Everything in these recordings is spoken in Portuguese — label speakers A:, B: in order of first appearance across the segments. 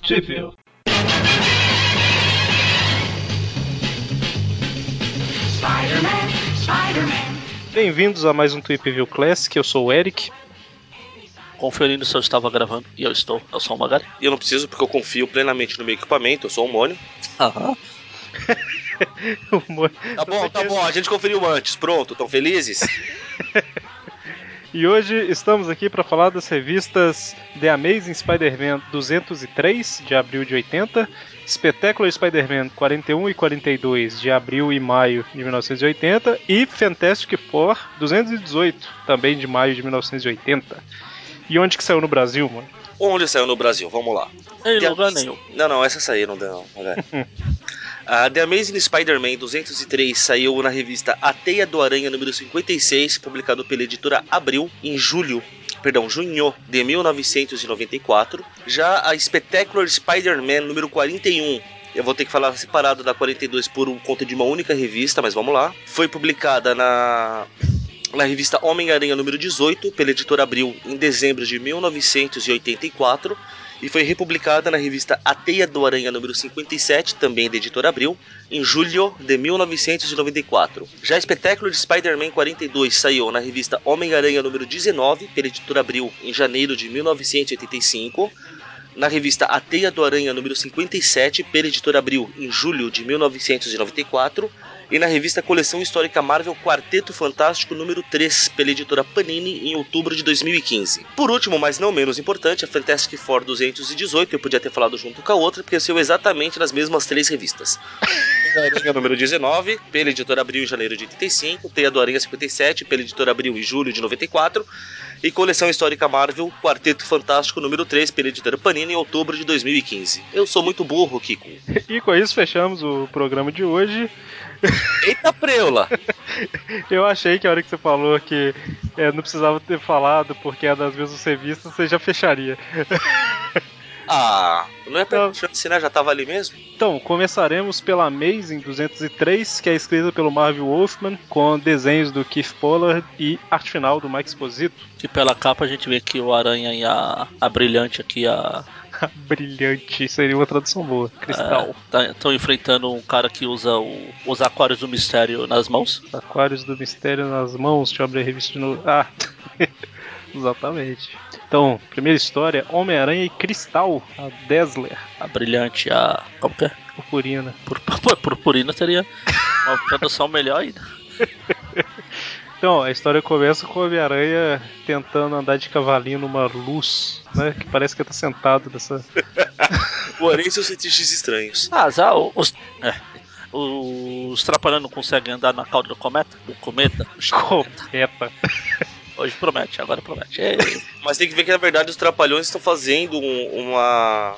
A: Possível.
B: Spider-Man, Spider-Man,
A: Bem-vindos a mais um Tweep View Classic, eu sou o Eric.
C: Conferindo se eu estava gravando, e eu estou, eu sou o Magari.
D: E eu não preciso porque eu confio plenamente no meu equipamento, eu sou um mônio.
C: Aham.
A: O Mo-
D: Tá bom, tá bom, a gente conferiu antes, pronto, tão felizes?
A: E hoje estamos aqui para falar das revistas The Amazing Spider-Man 203, de abril de 80, Spectacular Spider-Man 41 e 42, de abril e maio de 1980, e Fantastic Four 218, também de maio de 1980. E onde que saiu no Brasil, mano?
D: Onde saiu no Brasil? Vamos lá.
C: Em
D: The-
C: lugar nenhum.
D: Não, não, essa saíram, não. velho. A The Amazing Spider-Man 203 saiu na revista A Teia do Aranha número 56, publicado pela editora Abril em julho, perdão, junho de 1994. Já a Spectacular Spider-Man número 41 eu vou ter que falar separado da 42 por um conta de uma única revista, mas vamos lá. Foi publicada na na revista Homem-Aranha número 18, pela editora Abril, em dezembro de 1984, e foi republicada na revista A Teia do Aranha número 57, também da editora Abril, em julho de 1994. Já Espetáculo de Spider-Man 42 saiu na revista Homem-Aranha número 19, pela editora Abril, em janeiro de 1985. Na revista A Teia do Aranha número 57, pela editora Abril, em julho de 1994 e na revista Coleção Histórica Marvel Quarteto Fantástico número 3, pela editora Panini, em outubro de 2015. Por último, mas não menos importante, a Fantastic Four 218, eu podia ter falado junto com a outra, porque saiu exatamente nas mesmas três revistas. Aranha número 19, pela editora Abril em janeiro de 85, Teia do Aranha 57, pela editora Abril em julho de 94, e Coleção Histórica Marvel Quarteto Fantástico número 3, pela editora Panini, em outubro de 2015. Eu sou muito burro, Kiko.
A: E com isso fechamos o programa de hoje.
D: Eita preula!
A: Eu achei que a hora que você falou que é, não precisava ter falado porque é das mesmas revistas, você já fecharia.
D: Ah, não é pra
A: Não.
D: chance, né? Já tava ali mesmo?
A: Então, começaremos pela Amazing 203, que é escrita pelo Marvel Wolfman, com desenhos do Keith Pollard e arte final do Mike Exposito.
C: E pela capa a gente vê que o Aranha e a, a Brilhante aqui, a.
A: Ah, Brilhante, seria uma tradução boa. Cristal.
C: Estão tá, enfrentando um cara que usa o, os aquários do mistério nas mãos.
A: Aquários do Mistério nas mãos, deixa eu abrir a revista de novo. Ah, exatamente. Então, primeira história, Homem-Aranha e Cristal, a Desler,
C: A Brilhante, a. Como que é?
A: purpurina.
C: Pur- pur- Purpurina seria uma tradução melhor ainda.
A: Então, a história começa com o Homem-Aranha tentando andar de cavalinho numa luz, né? Que parece que ele tá sentado nessa.
D: O Aranha e seus fetiches estranhos.
C: Ah, já o- os. É. Os trapalhões não conseguem andar na cauda do cometa? Do cometa?
A: Correta.
C: Hoje promete, agora promete. Ei,
D: Mas tem que ver que, na verdade, os Trapalhões estão fazendo um- uma,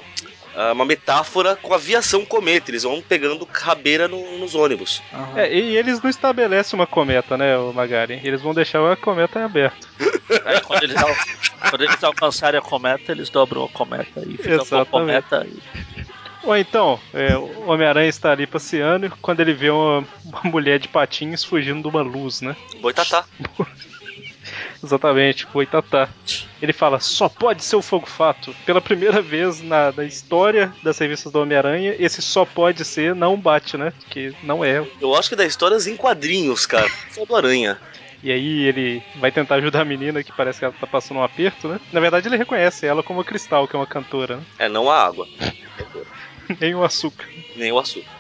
D: ah, uma metáfora com a aviação cometa. Eles vão pegando rabeira no- nos ônibus.
A: É, e eles não estabelecem uma cometa, né, o Magari? Eles vão deixar a cometa em aberto.
C: Aí quando eles, al- quando eles alcançarem a cometa, eles dobram a cometa e ficam com a
A: Exatamente.
C: cometa. E...
A: Ou então, é, o Homem-Aranha está ali passeando e quando ele vê uma, uma mulher de patinhos fugindo de uma luz, né?
D: Boitatá.
A: Exatamente, Boitatá. Ele fala, só pode ser o Fogo Fato. Pela primeira vez na, na história das revistas do Homem-Aranha, esse só pode ser não bate, né? Que não é.
D: Eu acho que dá histórias em quadrinhos, cara. Só do Aranha.
A: E aí ele vai tentar ajudar a menina, que parece que ela tá passando um aperto, né? Na verdade, ele reconhece ela como a Cristal, que é uma cantora, né?
D: É, não a água,
A: Nem o açúcar.
D: nem o açúcar.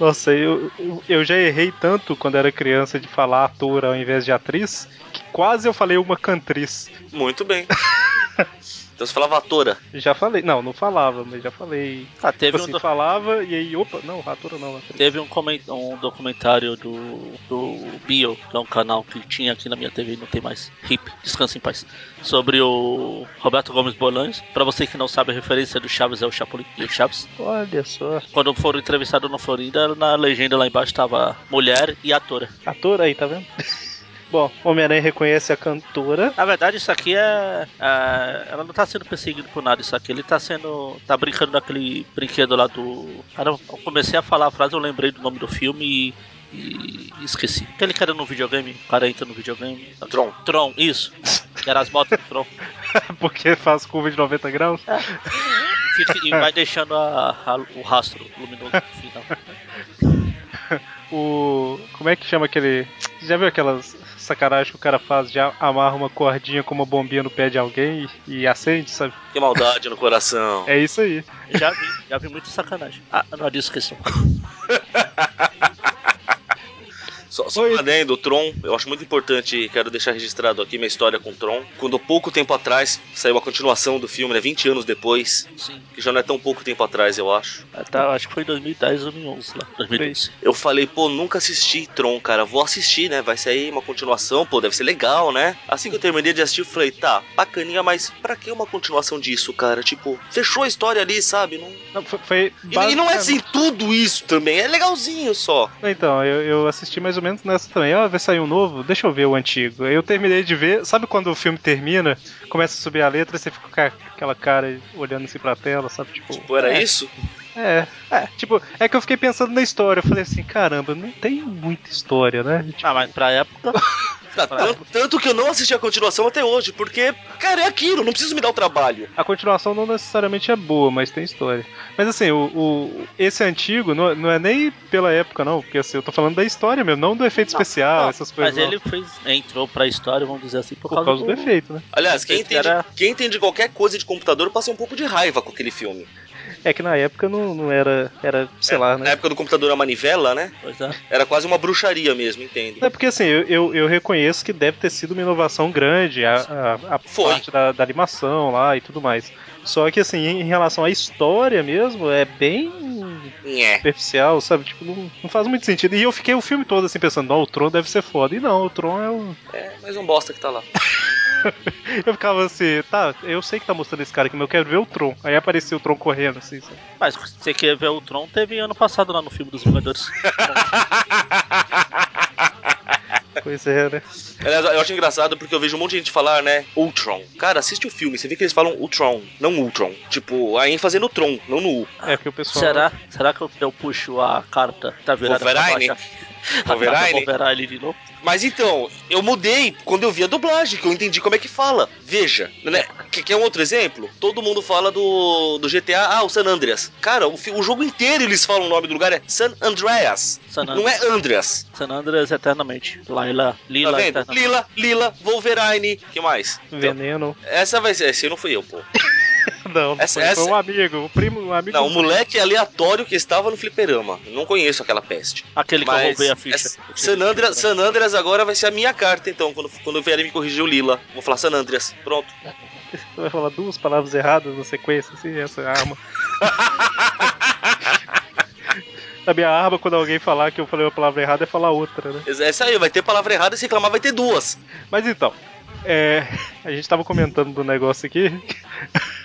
A: Nossa, eu, eu- eu já errei tanto quando era criança de falar ator ao invés de atriz, que quase eu falei uma cantriz.
D: Muito bem. Então você falava atora.
A: Já falei, não, não falava, mas já falei.
C: Ah, teve
A: Tipo
C: um,
A: assim,
C: do-
A: falava e aí, opa, não, ator não, atriz.
C: teve um, comen- um documentário do, do Bio, que é um canal que tinha aqui na minha TV, não tem mais. Hip, descansa em paz. Sobre o Roberto Gomes Bolanhos. Pra você que não sabe, a referência do Chaves é o Chapolin e o Chaves.
A: Olha só.
C: Quando foram entrevistados na Florida, na legenda lá embaixo tava mulher e atora.
A: Ator aí, tá vendo? Bom, Homem-Aranha reconhece a cantora.
C: Na verdade, isso aqui é, é- Ela não tá sendo perseguida por nada, isso aqui. Ele tá sendo. tá brincando daquele brinquedo lá do. Caramba, eu comecei a falar a frase, eu lembrei do nome do filme e. e esqueci. Aquele cara no videogame, o cara entra no videogame.
D: Tron.
C: Tron, isso. Que era as motos do Tron.
A: Porque faz curva de 90 graus.
C: E vai deixando a- a- o rastro luminoso no final.
A: O. Como é que chama aquele. Já viu aquelas sacanagens que o cara faz? Já amarra uma cordinha com uma bombinha no pé de alguém e, e acende, sabe?
D: Que maldade no coração.
A: É isso aí.
C: Já vi, já vi muito sacanagem. Ah, não é disso que estão falando.
D: Só, só
A: Oi.
D: um adendo, o Tron, eu acho muito importante, quero deixar registrado aqui minha história com o Tron. Quando pouco tempo atrás saiu a continuação do filme, né, 20 anos depois,
C: Sim.
D: que já não é tão pouco tempo atrás, eu acho.
C: Ah, tá, acho que foi em 2010 ou 2011 lá. 2012.
D: Eu falei, pô, nunca assisti Tron, cara, vou assistir, né? Vai sair uma continuação, pô, deve ser legal, né? Assim que eu terminei de assistir, eu falei, tá, bacaninha, mas pra que uma continuação disso, cara? Tipo, fechou a história ali, sabe? Não...
A: Não, foi. foi
D: E, e não é assim tudo isso também, é legalzinho só.
A: Então, eu, eu assisti mais ou menos nessa também. Ó, vai sair um novo, deixa eu ver o antigo. Eu terminei de ver. Sabe quando o filme termina, começa a subir a letra e você fica com a- aquela cara olhando assim pra tela, sabe? Tipo.
D: Tipo, era
A: é,
D: isso?
A: É, é. Tipo, é que eu fiquei pensando na história. Eu falei assim, caramba, não tem muita história, né?
C: Ah, mas pra época.
D: Tá, tan- tanto que eu não assisti a continuação até hoje, porque, cara, é aquilo, não preciso me dar o trabalho.
A: A continuação não necessariamente é boa, mas tem história. Mas assim, o, o- esse antigo não, não é nem pela época, não, porque assim, eu tô falando da história mesmo, não do efeito especial,
C: não,
A: essas coisas.
C: Mas
A: não.
C: ele fez, entrou pra história, vamos dizer assim, por,
A: Por causa do efeito, né?
D: Aliás, quem
C: Esse
D: entende,
C: cara-
D: quem entende qualquer coisa de computador passa um pouco de raiva com aquele filme.
A: É que na época não, não era, era, sei lá,
D: Na
A: né?
D: época do computador a manivela, né?
C: Pois é.
D: Era quase uma bruxaria mesmo, entende?
A: É porque assim, eu, eu, eu reconheço que deve ter sido uma inovação grande, a, a- a
D: Foi.
A: parte da, da animação lá e tudo mais. Só que assim, em relação à história mesmo, é bem
D: É.
A: superficial, sabe? Tipo, não, não faz muito sentido. E eu fiquei o filme todo assim pensando, não, o Tron deve ser foda. E não, o Tron é um.
D: É mais um bosta que tá lá.
A: Eu ficava assim, tá, eu sei que tá mostrando esse cara aqui, mas eu quero ver o Tron. Aí apareceu o Tron correndo, assim, sabe?
C: Mas se você quer ver o Tron, teve ano passado lá no filme dos Vingadores.
A: Pois é, né?
D: Aliás, eu acho engraçado porque eu vejo um monte de gente falar, né? Ultron. Cara, assiste o filme, você vê que eles falam Ultron, não Ultron. Tipo, a ênfase é no Tron, não no U.
A: É porque o pessoal.
C: Será? Será que eu, eu puxo a carta? Tá virada pra
D: Wolverine?
C: baixo? A carta
D: Wolverine?
C: Wolverine de novo?
D: Mas então, eu mudei quando eu vi a dublagem, que eu entendi como é que fala. Veja, né? Que, que é um outro exemplo? Todo mundo fala do, do GTA, ah, o San Andreas. Cara, o, fi- o jogo inteiro eles falam o nome do lugar é San Andreas.
C: San
D: Não é Andreas.
C: San Andreas eternamente. Laila,
D: Tá
C: Lila
D: vendo?
C: eternamente.
D: Lila, Lila, Wolverine. que mais? Então,
A: Veneno.
D: essa vai ser. Esse não fui eu, pô.
A: Não,
D: Essa-
A: foi, foi
D: essa-
A: um amigo, um primo, um amigo.
D: Não, o moleque aleatório que estava no fliperama. Não conheço aquela peste.
C: Aquele que eu roubei a ficha.
D: essa- é San, Andreas, San Andreas agora vai ser a minha carta, então. Quando, quando vierem me corrigir o Lila, vou falar San Andreas. Pronto.
A: Você vai falar duas palavras erradas na sequência, assim, essa arma. A minha arma, quando alguém falar que eu falei uma palavra errada, é falar outra, né?
D: É isso aí, vai ter palavra errada e se reclamar vai ter duas.
A: Mas então, é, a gente tava comentando do negócio aqui.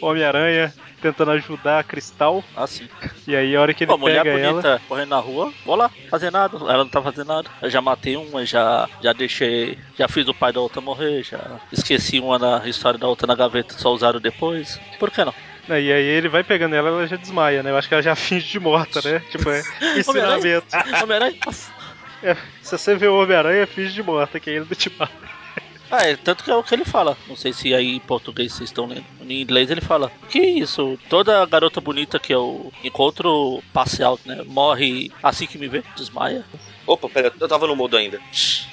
A: Homem-Aranha tentando ajudar a Cristal.
C: Ah, sim.
A: E aí a hora que ele
C: Pô, mulher
A: pega ela.
C: bonita correndo na rua, vou lá, fazer nada. Ela não tá fazendo nada. Eu já matei uma, já, já deixei. Já fiz o pai da outra morrer, já esqueci uma na história da outra na gaveta, só usaram depois. Por que não?
A: né, E aí ele vai pegando ela ela já desmaia, né? Eu acho que ela já finge de morta, né? Tipo, é ensinamento.
C: Homem-Aranha?
A: É, se você vê o Homem-Aranha, finge de morta, que aí ele tipo, não te mata.
C: Ah, é, tanto que é o que ele fala. Não sei se aí em português vocês estão lendo. Em inglês ele fala: Que isso? Toda garota bonita que eu encontro parcial, né? Morre assim que me vê, desmaia.
D: Opa, pera, eu tava no modo ainda.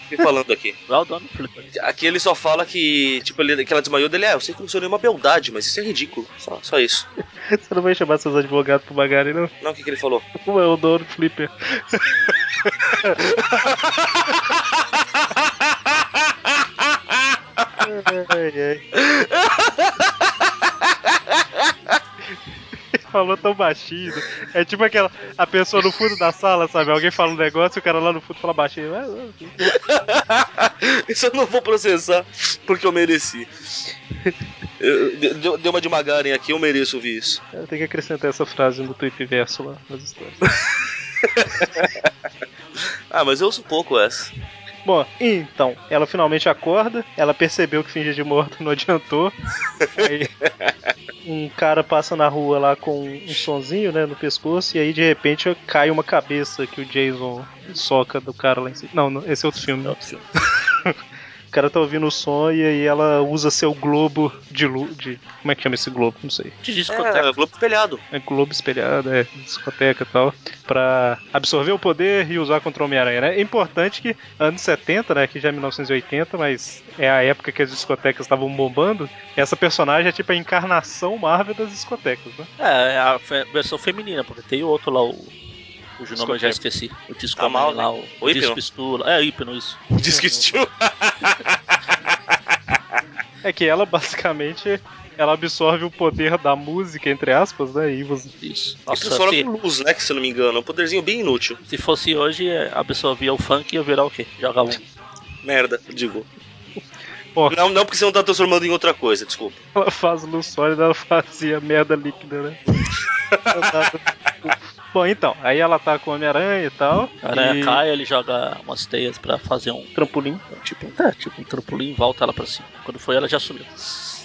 D: Me falando aqui.
C: Well done, Flipper.
D: Aqui ele só fala que, tipo, ele, que ela desmaiou dele. É, eu sei que não sou nenhuma beldade, mas isso é ridículo. Só, só isso.
A: Você não vai chamar seus advogados pro Magari, não?
D: Não, o que, que ele falou?
A: Como é o dono do Flipper? Ai, ai. Falou tão baixinho. É tipo aquela. A pessoa no fundo da sala, sabe? Alguém fala um negócio e o cara lá no fundo fala baixinho. "Ah, ah".
D: Isso eu não vou processar, porque eu mereci. Eu- de- Deu, deu uma de Magaren aqui, eu mereço ouvir isso.
A: Eu tenho que acrescentar essa frase no tweet verso lá nas histórias.
D: Ah, mas eu uso pouco essa.
A: Bom, então, ela finalmente acorda, ela percebeu que fingir de morto não adiantou. Aí um cara passa na rua lá com um sonzinho, né, no pescoço, e aí de repente cai uma cabeça que o Jason soca do cara lá em cima. Não, não, esse é outro filme.
C: É outro filme.
A: O cara tá ouvindo o som e aí ela usa seu globo de luz. De... Como é que chama esse globo? Não sei.
C: De discoteca.
D: É, Globo Espelhado.
A: É globo espelhado, é discoteca e tal. Pra absorver o poder e usar contra o Homem-Aranha, né? É importante que anos 70, né? Que já é 1980, mas é a época que as discotecas estavam bombando. Essa personagem é tipo a encarnação Marvel das discotecas, né?
C: É, é a fe- versão feminina, porque tem o outro lá, o. Cujo nome eu já esqueci. O disco
D: A Mal,
C: lá,
D: né?
C: o,
D: O
C: o
D: Hypno.
C: disco Stula. É, Hipno, isso.
D: Diz que estilo.
A: É que ela basicamente ela absorve o poder da música, entre aspas, né? E você-
C: Isso.
D: Nossa,
C: Nossa, se,
D: com luz, né? Que se eu não me engano. É um poderzinho bem inútil.
C: se fosse hoje, é, a pessoa via o funk e ia virar o quê? Joga um.
D: Merda, digo.
A: Pô.
D: Não, não porque você não tá transformando em outra coisa, desculpa.
A: ela faz luz sólida, ela fazia merda líquida, né? Bom, então, aí ela tá com o Homem-Aranha e tal.
C: A aranha
A: e...
C: cai, ele joga umas teias pra fazer um.
A: Trampolim.
C: Tipo, um- é, tipo um trampolim e volta ela pra cima. Quando foi, ela já sumiu.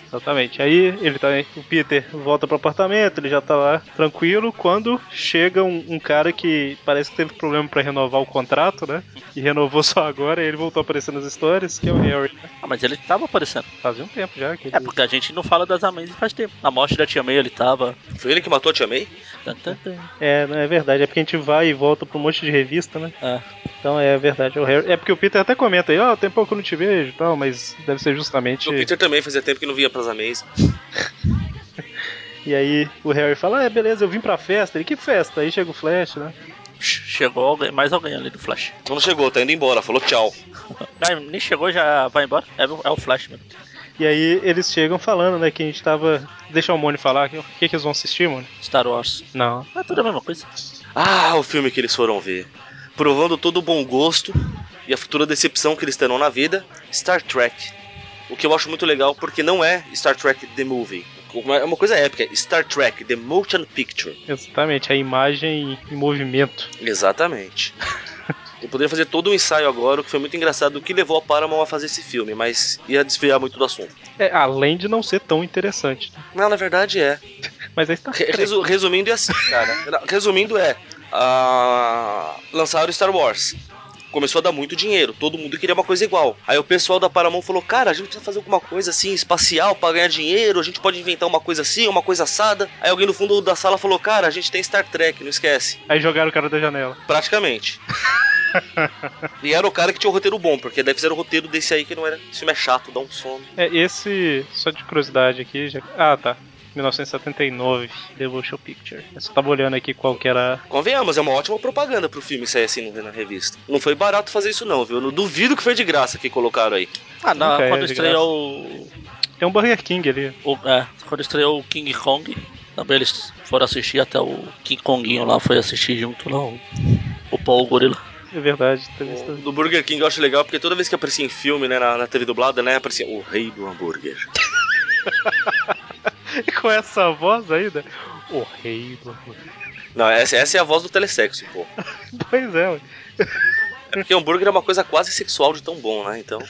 A: Exatamente. Aí ele tá. O Peter volta pro apartamento, ele já tá lá tranquilo. Quando chega um, um cara que parece que teve problema pra renovar o contrato, né? E renovou só agora, e ele voltou a aparecer nas histórias, que é o Harry. né?
C: Ah, mas ele tava aparecendo.
A: Fazia um tempo já que ele.
C: É, porque a gente não fala das amêndoas faz tempo. Na morte da Tia May, ele tava.
D: Foi ele que matou a Tia May?
C: Tan, tan, tan.
A: É, não é verdade. É porque a gente vai e volta pra um monte de revista, né?
C: É.
A: Então é verdade. é o Harry. É porque o Peter até comenta aí, ó, tem pouco que eu não te vejo e tal, mas deve ser justamente.
D: O Peter também fazia tempo que não vinha pras Amays.
A: E aí o Harry fala, ah, é, beleza, eu vim pra festa. Ele, que festa? Aí chega o Flash, né?
C: Chegou alguém, mais alguém ali do Flash.
D: Então não chegou, tá indo embora. Falou tchau.
C: Ah, nem chegou, já vai embora. É, o- é o Flash mesmo.
A: E aí eles chegam falando, né, que a gente tava. Deixa o Mone falar, o que, que eles vão assistir, Mone?
C: Star Wars.
A: Não.
C: É tudo a mesma coisa.
D: Ah, o filme que eles foram ver. Provando todo o bom gosto e a futura decepção que eles terão na vida, Star Trek. O que eu acho muito legal porque não é Star Trek The Movie. É uma coisa épica, Star Trek The Motion Picture.
A: Exatamente, a imagem em movimento.
D: Exatamente. Eu poderia fazer todo um ensaio agora, o que foi muito engraçado, o que levou a Paramount a fazer esse filme, mas ia desviar muito do assunto.
A: É, além de não ser tão interessante. né?
D: Não, na verdade é.
A: Mas aí tá.
D: Re- resu- resumindo é assim, cara. Não, Resumindo é. ah, lançaram Star Wars. Começou a dar muito dinheiro, todo mundo queria uma coisa igual. Aí o pessoal da Paramount falou: Cara, a gente precisa fazer alguma coisa assim, espacial, pra ganhar dinheiro. A gente pode inventar uma coisa assim, uma coisa assada. Aí alguém no fundo da sala falou: Cara, a gente tem Star Trek, não esquece.
A: Aí jogaram o cara da janela.
D: Praticamente. e era o cara que tinha o roteiro bom, porque daí fizeram o roteiro desse aí que não era. Esse filme é chato, dá um sono.
A: É, esse. Só de curiosidade aqui. Já... Ah, tá. 1979, Devotion Picture. Eu só tava olhando aqui qual que era.
D: Convenhamos, é uma ótima propaganda pro filme sair assim na revista. Não foi barato fazer isso, não, viu? Eu duvido que foi de graça que colocaram aí.
C: Ah, não,
A: Nunca é
C: quando
A: de
C: estreou
A: Tem um Burger King ali.
C: o, o- é, Quando estreou o King Kong, também eles foram assistir até o King Konguinho lá, foi assistir junto lá. O, o Paul Gorila.
A: É verdade. Tem
D: O
A: isso.
D: do Burger King eu acho legal porque toda vez que aparecia em filme, né, na, na TV dublada, né, aparecia o rei do hambúrguer.
A: Com essa voz ainda. O rei do amor.
D: Não, essa, essa é a voz do telesexo, pô.
A: Pois é, ué.
D: É porque hambúrguer é uma coisa quase sexual de tão bom, né? Então,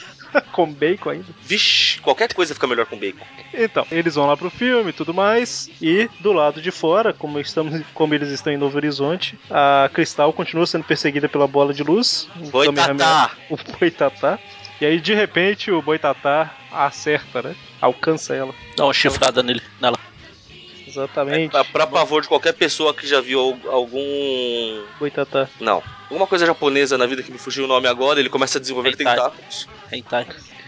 A: com bacon ainda.
D: vixe, qualquer coisa fica melhor com bacon.
A: Então, eles vão lá pro filme e tudo mais. E do lado de fora, como, estamos, como eles estão em Novo Horizonte, a Cristal continua sendo perseguida pela bola de luz. O Kamehameha-
D: Boitatá!
A: O Boitatá. E aí, de repente, o Boitatá acerta, né? Alcança ela.
C: Dá uma chifrada nele, nela.
A: Exatamente.
D: É, tá Pra, pra pavor de qualquer pessoa que já viu al- algum.
A: Boitatá.
D: Não. Alguma coisa japonesa na vida que me fugiu o nome agora, ele começa a desenvolver
C: Hentai.
D: tentáculos.
C: Hentai.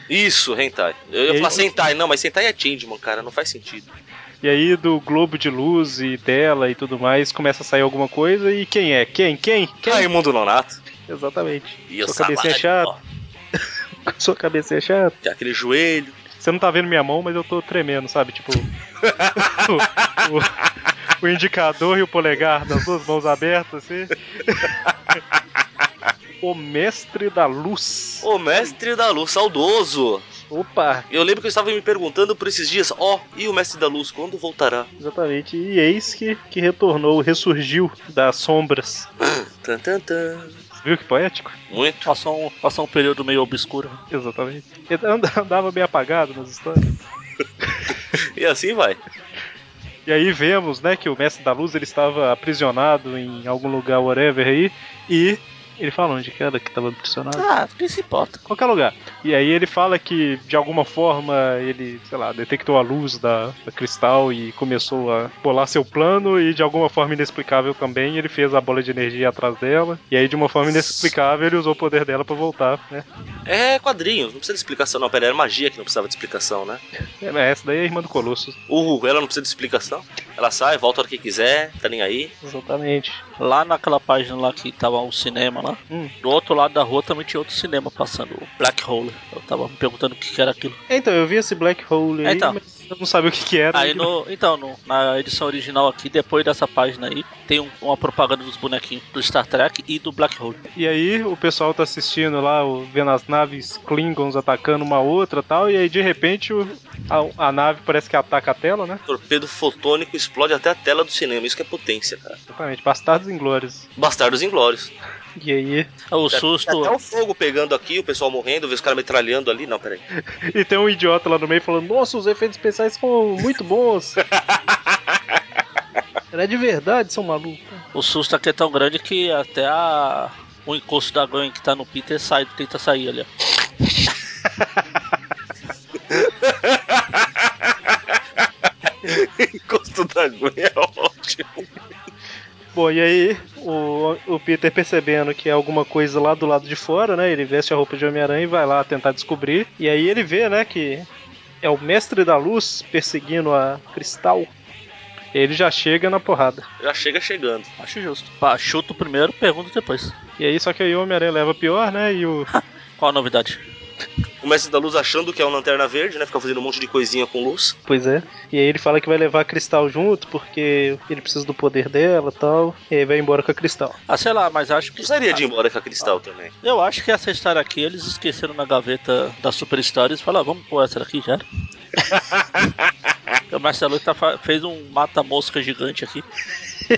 D: Isso, hentai. Eu ia
A: Ele-
D: falar sentai, não, mas sentai é Changeman, cara, não faz sentido.
A: E aí, do globo de luz e dela e tudo mais, começa a sair alguma coisa. E quem é? Quem? Quem? Quem?
D: Raimundo Nonato.
A: Exatamente.
D: E o
A: Sua cabecinha é
D: salário,
A: chata. Sua cabecinha é chata.
D: ó. Aquele joelho.
A: Você não tá vendo minha mão, mas eu tô tremendo, sabe? Tipo. o, o- o indicador e o polegar das duas mãos abertas, assim. o mestre da luz.
D: O Mestre da Luz, saudoso!
A: Opa!
D: Eu lembro que eu estava me perguntando por esses dias, ó, e o Mestre da Luz, quando voltará?
A: Exatamente. E eis que, que retornou, ressurgiu das sombras.
D: Tan, tan, tan.
A: Viu que poético?
D: Muito.
C: Passou um, passou um período meio obscuro.
A: Exatamente. Ele anda- andava bem apagado nas histórias.
D: E assim vai.
A: E aí vemos, né, que o mestre da luz ele estava aprisionado em algum lugar, whatever aí, e Ele fala onde que era que tava no dicionário?
C: Ah, quem se importa?
A: Qualquer lugar. E aí ele fala que, de alguma forma, ele, sei lá, detectou a luz da, da cristal e começou a bolar seu plano e, de alguma forma inexplicável também, ele fez a bola de energia ir atrás dela. E aí, de uma forma inexplicável, ele usou o poder dela pra voltar, né?
D: É quadrinho, não precisa de explicação, não. Pera, era magia que não precisava de explicação, né?
A: É, mas Essa daí é a irmã do Colossus.
D: Uh, ela não precisa de explicação. Ela sai, volta a hora que quiser, tá nem aí.
A: Exatamente.
C: Lá naquela página lá que tava o cinema lá,
A: Hum.
C: do outro lado da rua também tinha outro cinema passando, o Black Hole. Eu tava me perguntando o que que era aquilo.
A: Então, eu vi esse Black Hole aí,
C: Então.
A: mas eu não sabia o que, que era.
C: Aí no, então, no- na edição original aqui, depois dessa página aí, tem um- uma propaganda dos bonequinhos do Star Trek e do Black Hole.
A: E aí o pessoal tá assistindo lá, o- vendo as naves Klingons atacando uma outra e tal, e aí de repente o- a, a nave parece que ataca a tela, né?
D: Torpedo fotônico explode até a tela do cinema. Isso que é potência, cara.
A: Exatamente, Bastardos Inglórios.
D: Bastardos Inglórios.
A: E aí.
C: É, O
D: Tem
C: susto,
D: Até o fogo pegando aqui, o pessoal morrendo, vê os caras metralhando ali. Não, peraí.
A: E tem um idiota lá no meio falando: Nossa, os efeitos especiais são muito bons. Era de verdade, são malucos.
C: o susto aqui é tão grande que até a- o encosto da gangue que tá no Peter sai, tenta sair ali. ó.
D: Encosto da agulha é ótimo.
A: Bom, e aí o, o Peter percebendo que é alguma coisa lá do lado de fora, né? Ele veste a roupa de Homem-Aranha e vai lá tentar descobrir. E aí ele vê, né, que é o mestre da luz perseguindo a Cristal. Ele já chega na porrada.
D: Já chega chegando.
C: Acho justo. Pá, chuta o primeiro, pergunta depois.
A: E aí, só que aí o Homem-Aranha leva pior, né? E o.
C: Qual a novidade?
D: O mestre da luz achando que é um lanterna verde, né? Fica fazendo um monte de coisinha com luz.
A: Pois é. E aí ele fala que vai levar a Cristal junto, porque ele precisa do poder dela e tal. E aí vai embora com a Cristal.
C: Ah, sei lá, mas acho que. ah,
D: Precisaria de ir embora com a cristal também.
C: Eu acho que essa história aqui eles esqueceram na gaveta da Super Stories e falaram, "Ah, vamos pôr essa daqui já. o Marcelo tá, fa- fez um mata-mosca gigante aqui.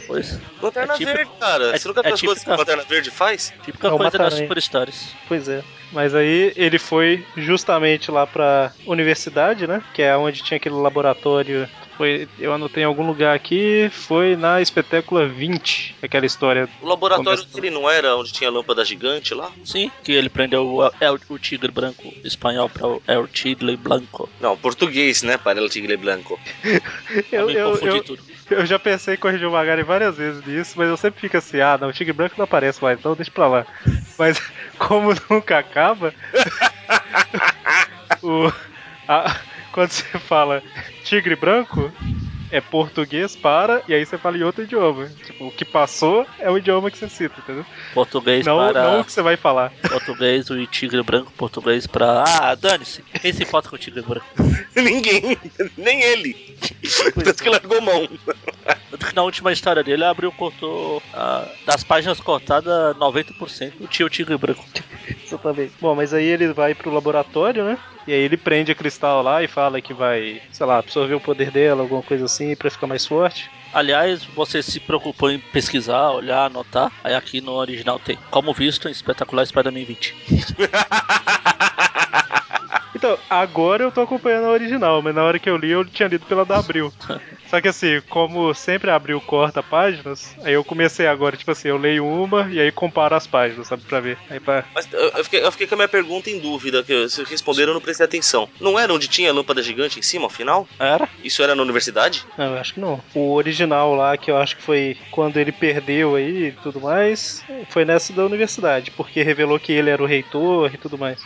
C: Pois.
D: Lanterna
C: É típico-
D: verde, cara.
C: é-
D: Você nunca viu
C: é
D: as coisas que
C: típica-
D: lanterna verde faz?
C: Típica
A: É o
C: coisa das
A: mata-aranha.
C: Super Stories.
A: Pois é. Mas aí ele foi justamente lá pra universidade, né? Que é onde tinha aquele laboratório. Foi, eu anotei em algum lugar aqui, foi na espetácula 20, aquela história.
D: O laboratório
A: Começa-
D: dele não era onde tinha a lâmpada gigante lá?
C: Sim, que ele prendeu o, El- o tigre branco espanhol para o El Tigre Blanco.
D: Não, português, né? Para El Tigre Blanco.
A: Eu,
C: me
A: eu,
C: confundi
A: eu,
C: tudo.
A: eu já pensei em corrigir o Magari várias vezes nisso, mas eu sempre fico assim, ah, não, o Tigre Branco não aparece mais, então deixa pra lá. Mas como nunca acaba, o- a- quando você fala Tigre Branco, é português para, e aí você fala em outro idioma. Tipo, o que passou é o idioma que você cita, entendeu?
C: Português
A: Não,
C: para
A: não o que você vai falar.
C: português, o tigre branco, português para. Ah, dane-se! Quem se importa com o tigre branco?
D: Ninguém, nem ele. Tanto que largou mão.
C: Tanto que na última história dele, abriu, cortou ah, das páginas cortadas 90% tinha o tigre branco.
A: Exatamente. Bom, mas aí ele vai pro laboratório, né? E aí ele prende a cristal lá e fala que vai, sei lá, absorver o poder dela, alguma coisa assim, pra ficar mais forte.
C: Aliás, você se preocupou em pesquisar, olhar, anotar? Aí aqui no original tem. Como visto em Espetacular Spider-Man 20.
A: Então, agora eu tô acompanhando a original, mas na hora que eu li, eu tinha lido pela da Abril. Só que assim, como sempre a Abril corta páginas, aí eu comecei agora, tipo assim, eu leio uma e aí comparo as páginas, sabe, pra ver. Aí pra...
D: Mas eu, eu fiquei, eu fiquei com a minha pergunta em dúvida, que vocês responderam, eu não prestei atenção. Não era onde tinha a lâmpada gigante em cima, afinal?
C: Era?
D: Isso era na universidade?
A: Não, eu acho que não. O original lá, que eu acho que foi quando ele perdeu aí e tudo mais, foi nessa da universidade, porque revelou que ele era o reitor e tudo mais.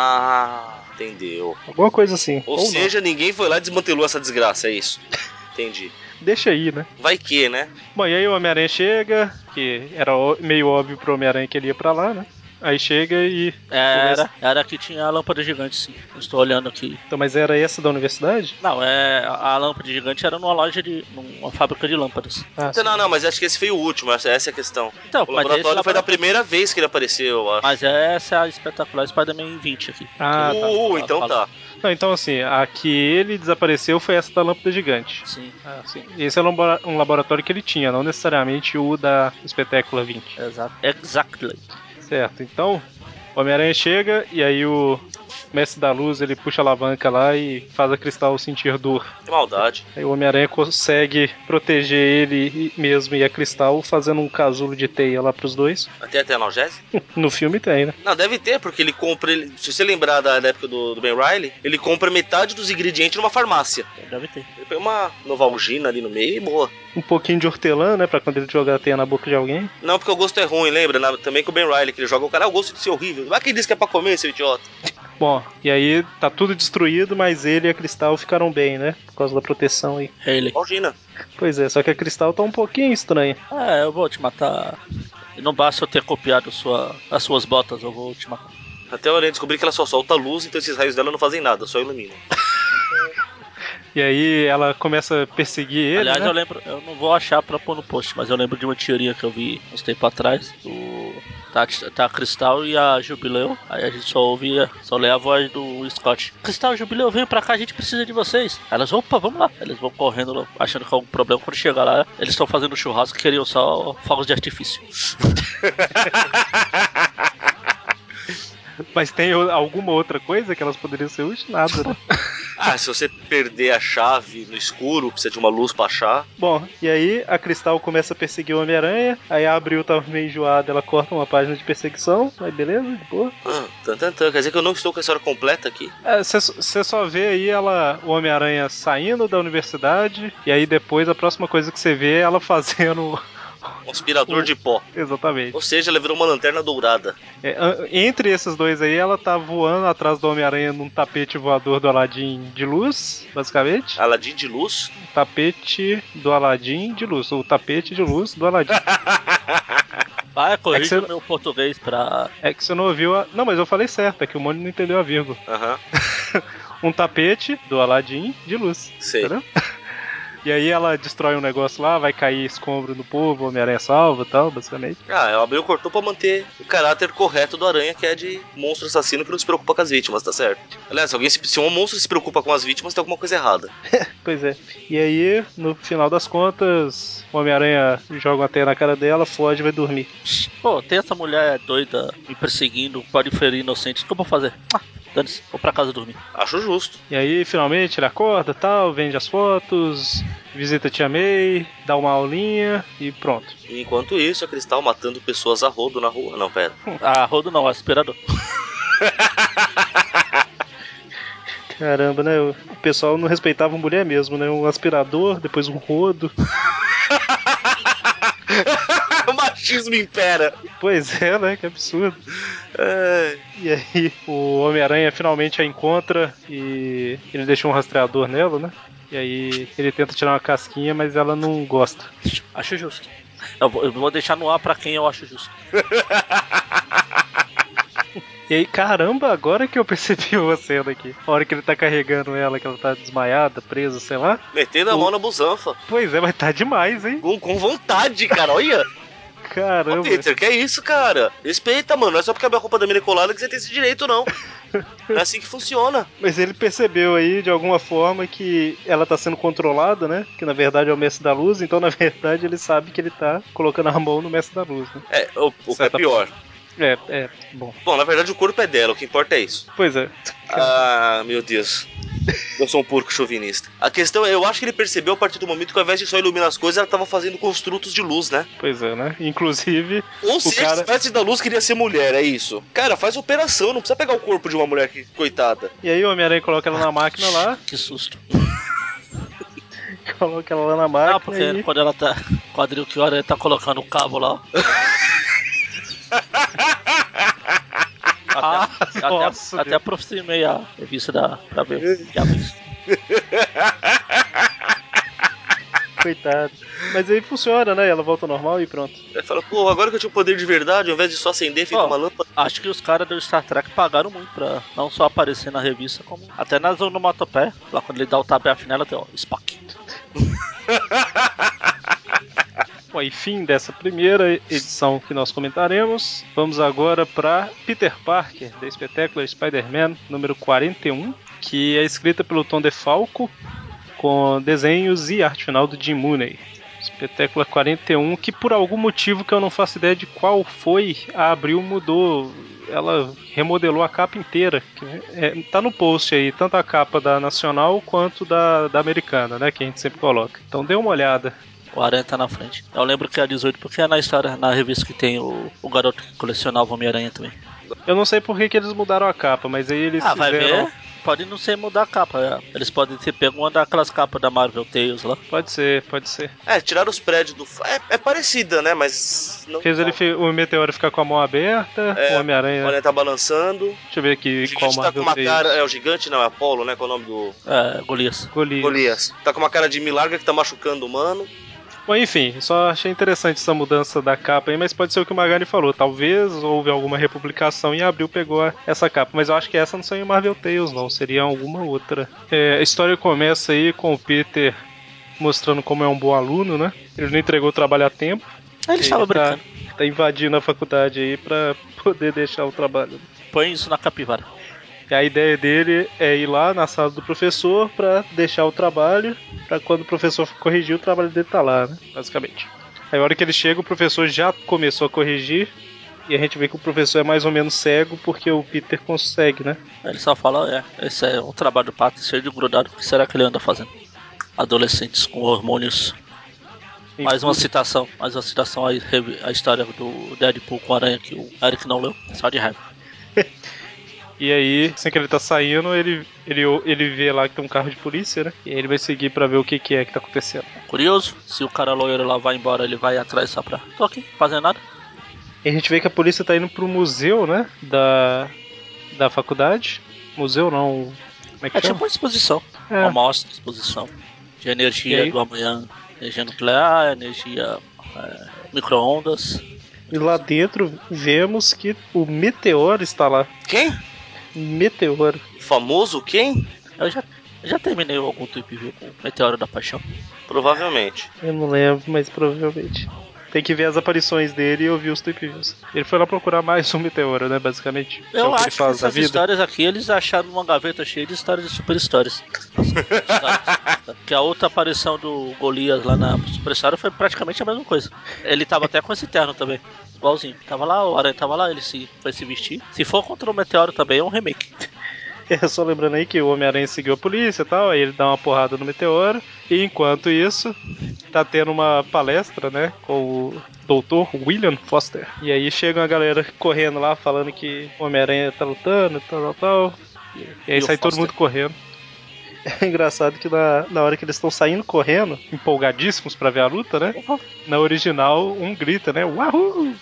D: Ah, entendeu.
A: Alguma coisa assim.
D: Ou,
A: não.
D: seja, ninguém foi lá e desmantelou essa desgraça, é isso? Entendi.
A: deixa aí, né?
D: Vai que, né?
A: Bom, e aí o Homem-Aranha chega, que era ó- meio óbvio pro Homem-Aranha que ele ia pra lá, né? Aí chega e.
C: Era, era que tinha a lâmpada gigante, sim. Eu Estou olhando aqui.
A: Então, mas era essa da universidade?
C: Não, é a a lâmpada gigante era numa loja de. numa fábrica de lâmpadas.
A: Ah,
D: Então, não, não, mas acho que esse foi o último, essa, essa é a questão.
C: Então,
D: O
C: mas, esse
D: laboratório foi da
C: laboratório-
D: primeira vez que ele apareceu, eu acho.
C: mas essa é a espetacular Spider-Man 20 aqui.
A: Ah, tá.
D: uh,
C: tá,
D: então
C: tá,
D: tá.
A: Não, então assim, a que ele desapareceu foi essa da lâmpada gigante.
C: Sim,
A: Ah, sim. Esse é um labora- um laboratório que ele tinha, não necessariamente o da espetácula 20.
C: exato. Exactly.
A: Certo, então o Homem-Aranha chega e aí o mestre da luz, ele puxa a alavanca lá e faz a Cristal sentir dor.
D: Que maldade.
A: Aí o Homem-Aranha consegue proteger ele e- mesmo e a Cristal fazendo um casulo de teia lá pros dois.
D: Até até analgésico?
A: No filme tem, né?
D: Não, deve ter, porque ele compra. ele- se você lembrar da, da época do, do Ben Riley, ele compra metade dos ingredientes numa farmácia.
C: Deve ter.
D: Ele põe uma novalgina ali no meio e boa.
A: Um pouquinho de hortelã, né? Pra quando ele jogar a teia na boca de alguém.
D: Não, porque o gosto é ruim, lembra? Na- também com o Ben Riley, que ele joga o cara, ah, o gosto de ser horrível. Mas quem disse que é pra comer, seu idiota?
A: Bom, e aí tá tudo destruído, mas ele e a Cristal ficaram bem, né? Por causa da proteção aí.
C: Ele.
D: Novalgina.
A: Pois é, só que a Cristal tá um pouquinho estranha.
C: Ah, eu vou te matar. Não basta eu ter copiado sua, as suas botas, eu vou te matar.
D: Até eu né, descobri que ela só solta luz, então esses raios dela não fazem nada, só iluminam.
A: E aí ela começa a perseguir ele.
C: Aliás,
A: né?
C: eu lembro, eu não vou achar pra pôr no post, mas eu lembro de uma teoria que eu vi uns tempo atrás do. Tá, tá a Cristal e a Jubileu. Aí a gente só ouvia, só lê a voz do Scott. Cristal e Jubileu, venham pra cá, a gente precisa de vocês. Aí elas, opa, vamos lá. Eles vão correndo, lá, achando que é algum problema. Quando chegar lá, eles estão fazendo churrasco e queriam só fogos de artifício.
A: Mas tem o- alguma outra coisa que elas poderiam ser úteis? Nada, né?
D: Ah, se você perder a chave no escuro, precisa de uma luz pra achar.
A: Bom, e aí a Cristal começa a perseguir o Homem-Aranha, aí a Abril tá meio enjoada, ela corta uma página de perseguição, aí beleza, de boa. É,
D: Ah, tan, tan, tan. Quer dizer que eu não estou com a história completa aqui?
A: Você só vê aí ela, o Homem-Aranha saindo da universidade, e aí depois a próxima coisa que você vê é ela fazendo.
D: Um aspirador de pó.
A: Exatamente.
D: Ou seja, ela virou uma lanterna dourada.
A: É, an- entre esses dois aí, ela tá voando atrás do Homem-Aranha num tapete voador do Aladim de luz, basicamente.
D: Aladim de luz.
A: Tapete do Aladim de luz, ou tapete de luz do Aladim.
C: Vai, corrija
A: É você-
C: o meu português pra.
A: É que você não ouviu a. Não, mas eu falei certo, é que o Mônio não entendeu a vírgula.
D: Aham,
A: Um tapete do Aladim de luz.
D: sei.
A: Entendeu? E aí ela destrói um negócio lá, vai cair escombro no povo, o Homem-Aranha salva e tal, basicamente.
D: Ah, o Abril cortou pra manter o caráter correto do Aranha, que é de monstro assassino que não se preocupa com as vítimas, tá certo? Aliás, se alguém se, se um monstro se preocupa com as vítimas, tem alguma coisa errada.
A: Pois é. E aí, no final das contas, o Homem-Aranha joga uma teia na cara dela, foge e vai dormir.
C: Pô, tem essa mulher doida me perseguindo, pode ferir inocente. O que eu vou fazer? Ah, dane-se, vou pra casa dormir.
D: Acho justo.
A: E aí, finalmente, ele acorda tal, vende as fotos, visita a Tia May, dá uma aulinha e pronto.
D: E enquanto isso, a Cristal matando pessoas a rodo na rua. Não, pera.
A: Hum.
C: Ah, rodo não, aspirador.
A: Caramba, né? O pessoal não respeitava mulher mesmo, né? Um aspirador, depois um rodo.
D: o machismo impera.
A: Pois é, né? Que absurdo.
D: Ai,
A: E aí o Homem-Aranha finalmente a encontra e ele deixou um rastreador nela, né? E aí ele tenta tirar uma casquinha, mas ela não gosta.
C: Acho justo. Eu vou, eu vou deixar no ar pra quem eu acho justo.
A: E aí, caramba, agora que eu percebi uma cena aqui. A hora que ele tá carregando ela, que ela tá desmaiada, presa, sei lá.
D: metendo a mão na busanfa.
A: Pois é, mas tá demais, hein?
D: Com, com vontade, cara, olha. Ô,
A: Caramba.
D: Peter, que é isso, cara? Respeita, mano. Não é só porque a minha roupa da mina é colada que você tem esse direito, não. Não é assim que funciona.
A: Mas ele percebeu aí, de alguma forma, que ela tá sendo controlada, né? Que na verdade é o Mestre da Luz, então na verdade ele sabe que ele tá colocando a mão no Mestre da Luz, né?
D: É, o, o que é
A: Certa
D: pior.
A: É, é, bom.
D: Bom, na verdade o corpo é dela, o que importa é isso.
A: Pois é.
D: Ah, meu Deus. Eu sou um porco chauvinista. A questão é, eu acho que ele percebeu a partir do momento que ao invés de só iluminar as coisas, ela tava fazendo construtos de luz, né?
A: Pois é, né? Inclusive,
D: Ou seja,
A: cara-
D: cara... espécie da luz queria ser mulher, é isso. Cara, faz operação, não precisa pegar o corpo de uma mulher que, coitada.
A: e aí o Homem-Aranha coloca ela na máquina lá,
C: Que susto.
A: coloca ela lá na máquina.
C: Ah, porque
A: e...
C: quando ela tá. Quadril que hora ele tá colocando o cabo lá. ó.
A: Ah,
C: Até, até,
A: nossa,
C: até aproximei a revista da, pra ver o que é isso.
A: coitado. Mas aí funciona, né? Ela volta ao normal e pronto.
D: Aí fala, pô, agora que eu tinha o poder de verdade, ao invés de só acender, fica
C: Ó.
D: uma lâmpada.
C: Acho que os caras do Star Trek pagaram muito pra não só aparecer na revista, como até nas onomatopé. Lá quando ele dá o tapa e afina, ela tem, ó, Spock.
A: Bom, e fim dessa primeira edição que nós comentaremos. Vamos agora para Peter Parker, The Spectacular Spider-Man, número 41, que é escrita pelo Tom DeFalco, com desenhos e arte final do Jim Mooney. Os Espetácula 41, que por algum motivo que eu não faço ideia de qual foi, a Abril mudou. Ela remodelou a capa inteira. que é- tá no post aí, tanto a capa da nacional quanto da, da americana, né? Que a gente sempre coloca. Então dê uma olhada.
C: 40 na frente. Eu lembro que é a 18, porque é na história, na revista que tem o, o garoto que colecionava Homem-Aranha também.
A: Eu não sei por que, que eles mudaram a capa, mas aí eles
C: ah, vai
A: fizeram.
D: né?
C: ver? Pode não ser mudar a capa. é. Eles podem ter pego uma daquelas capas da Marvel Tales lá.
A: Pode ser, pode ser.
D: É, tiraram os prédios do. É, é parecida, né? Mas. Não,
A: Fez ele fi- o meteoro ficar né? com a mão aberta,
D: É,
A: o Homem-Aranha.
D: Olha, tá balançando.
A: Deixa eu ver aqui
D: O
A: qual
D: gigante tá
A: Marvel
D: com uma
A: fez.
D: cara. É o gigante, não, é Apolo, né? Qual é o nome do.
C: É, Golias.
A: Golias.
D: Golias. Tá com uma cara de milagre que tá machucando o humano.
A: Bom, enfim, só achei interessante essa mudança da capa aí, mas pode ser o que o Magari falou. Talvez houve alguma republicação e abriu pegou a- essa capa. Mas eu acho que essa não saiu em Marvel Tales, não. Seria alguma outra. É, a história começa aí com o Peter mostrando como é um bom aluno, né? Ele não entregou o trabalho a tempo.
C: Aí Ele estava
A: tá,
C: brincando.
A: tá invadindo a faculdade aí pra poder deixar o trabalho.
C: Põe isso na capivara.
A: E a ideia dele é ir lá na sala do professor pra deixar o trabalho, pra quando o professor corrigir, o trabalho dele tá lá, né? Basicamente. Aí a hora que ele chega, o professor já começou a corrigir, e a gente vê que o professor é mais ou menos cego, porque o Peter consegue, né?
C: Aí Ele só fala, é, esse é um trabalho do pato, cheio de grudado. O que será que ele anda fazendo? Adolescentes com hormônios. Mais uma citação, mais uma citação à, revi- à história do Deadpool com aranha que o Eric não leu, só de raiva.
A: E aí, assim que ele tá saindo, ele, ele, ele vê lá que tem um carro de polícia, né? E aí ele vai seguir pra ver o que, que é que tá acontecendo.
C: Curioso, se o cara loiro lá vai embora, ele vai atrás só pra. Tô aqui, fazendo nada.
A: E a gente vê que a polícia tá indo pro museu, né? Da, da faculdade. Museu não. Como é que
C: É
A: chama?
C: tipo uma exposição,
A: É.
C: uma mostra de exposição de
A: E
C: energia
A: aí?
C: do amanhã, energia nuclear, energia é, micro-ondas.
A: É. E lá dentro vemos que o meteoro está lá.
D: Quem?
A: Meteoro.
D: O famoso quem?
C: Eu já, já terminei algum tweet view com o Meteoro da Paixão.
D: Provavelmente.
A: Eu não lembro, mas provavelmente. Tem que ver as aparições dele e ouvir os tweet views. Ele foi lá procurar mais um meteoro, né? Basicamente. Isso é
C: Eu
A: o que ele
C: acho que
A: faz na
C: essas
A: vida.
C: histórias aqui eles acharam uma gaveta cheia de histórias de super histórias. Histórias. que a outra aparição do Golias lá na super história foi praticamente a mesma coisa. Ele tava até com esse terno também, igualzinho. Tava lá, o Aranha tava lá, ele se, foi se vestir. Se for contra o Meteoro também é um remake.
A: É só lembrando aí que o Homem-Aranha seguiu a polícia e tal, aí ele dá uma porrada no meteoro. E enquanto isso, tá tendo uma palestra, né? Com o doutor William Foster. E aí chega uma galera correndo lá falando que o Homem-Aranha tá lutando, tal, tal, tal. E aí
C: o
A: sai todo
C: Foster.
A: mundo correndo. É engraçado que na, na hora que eles estão saindo correndo, empolgadíssimos pra ver a luta, né? Na original, um grita, né? Wahoo!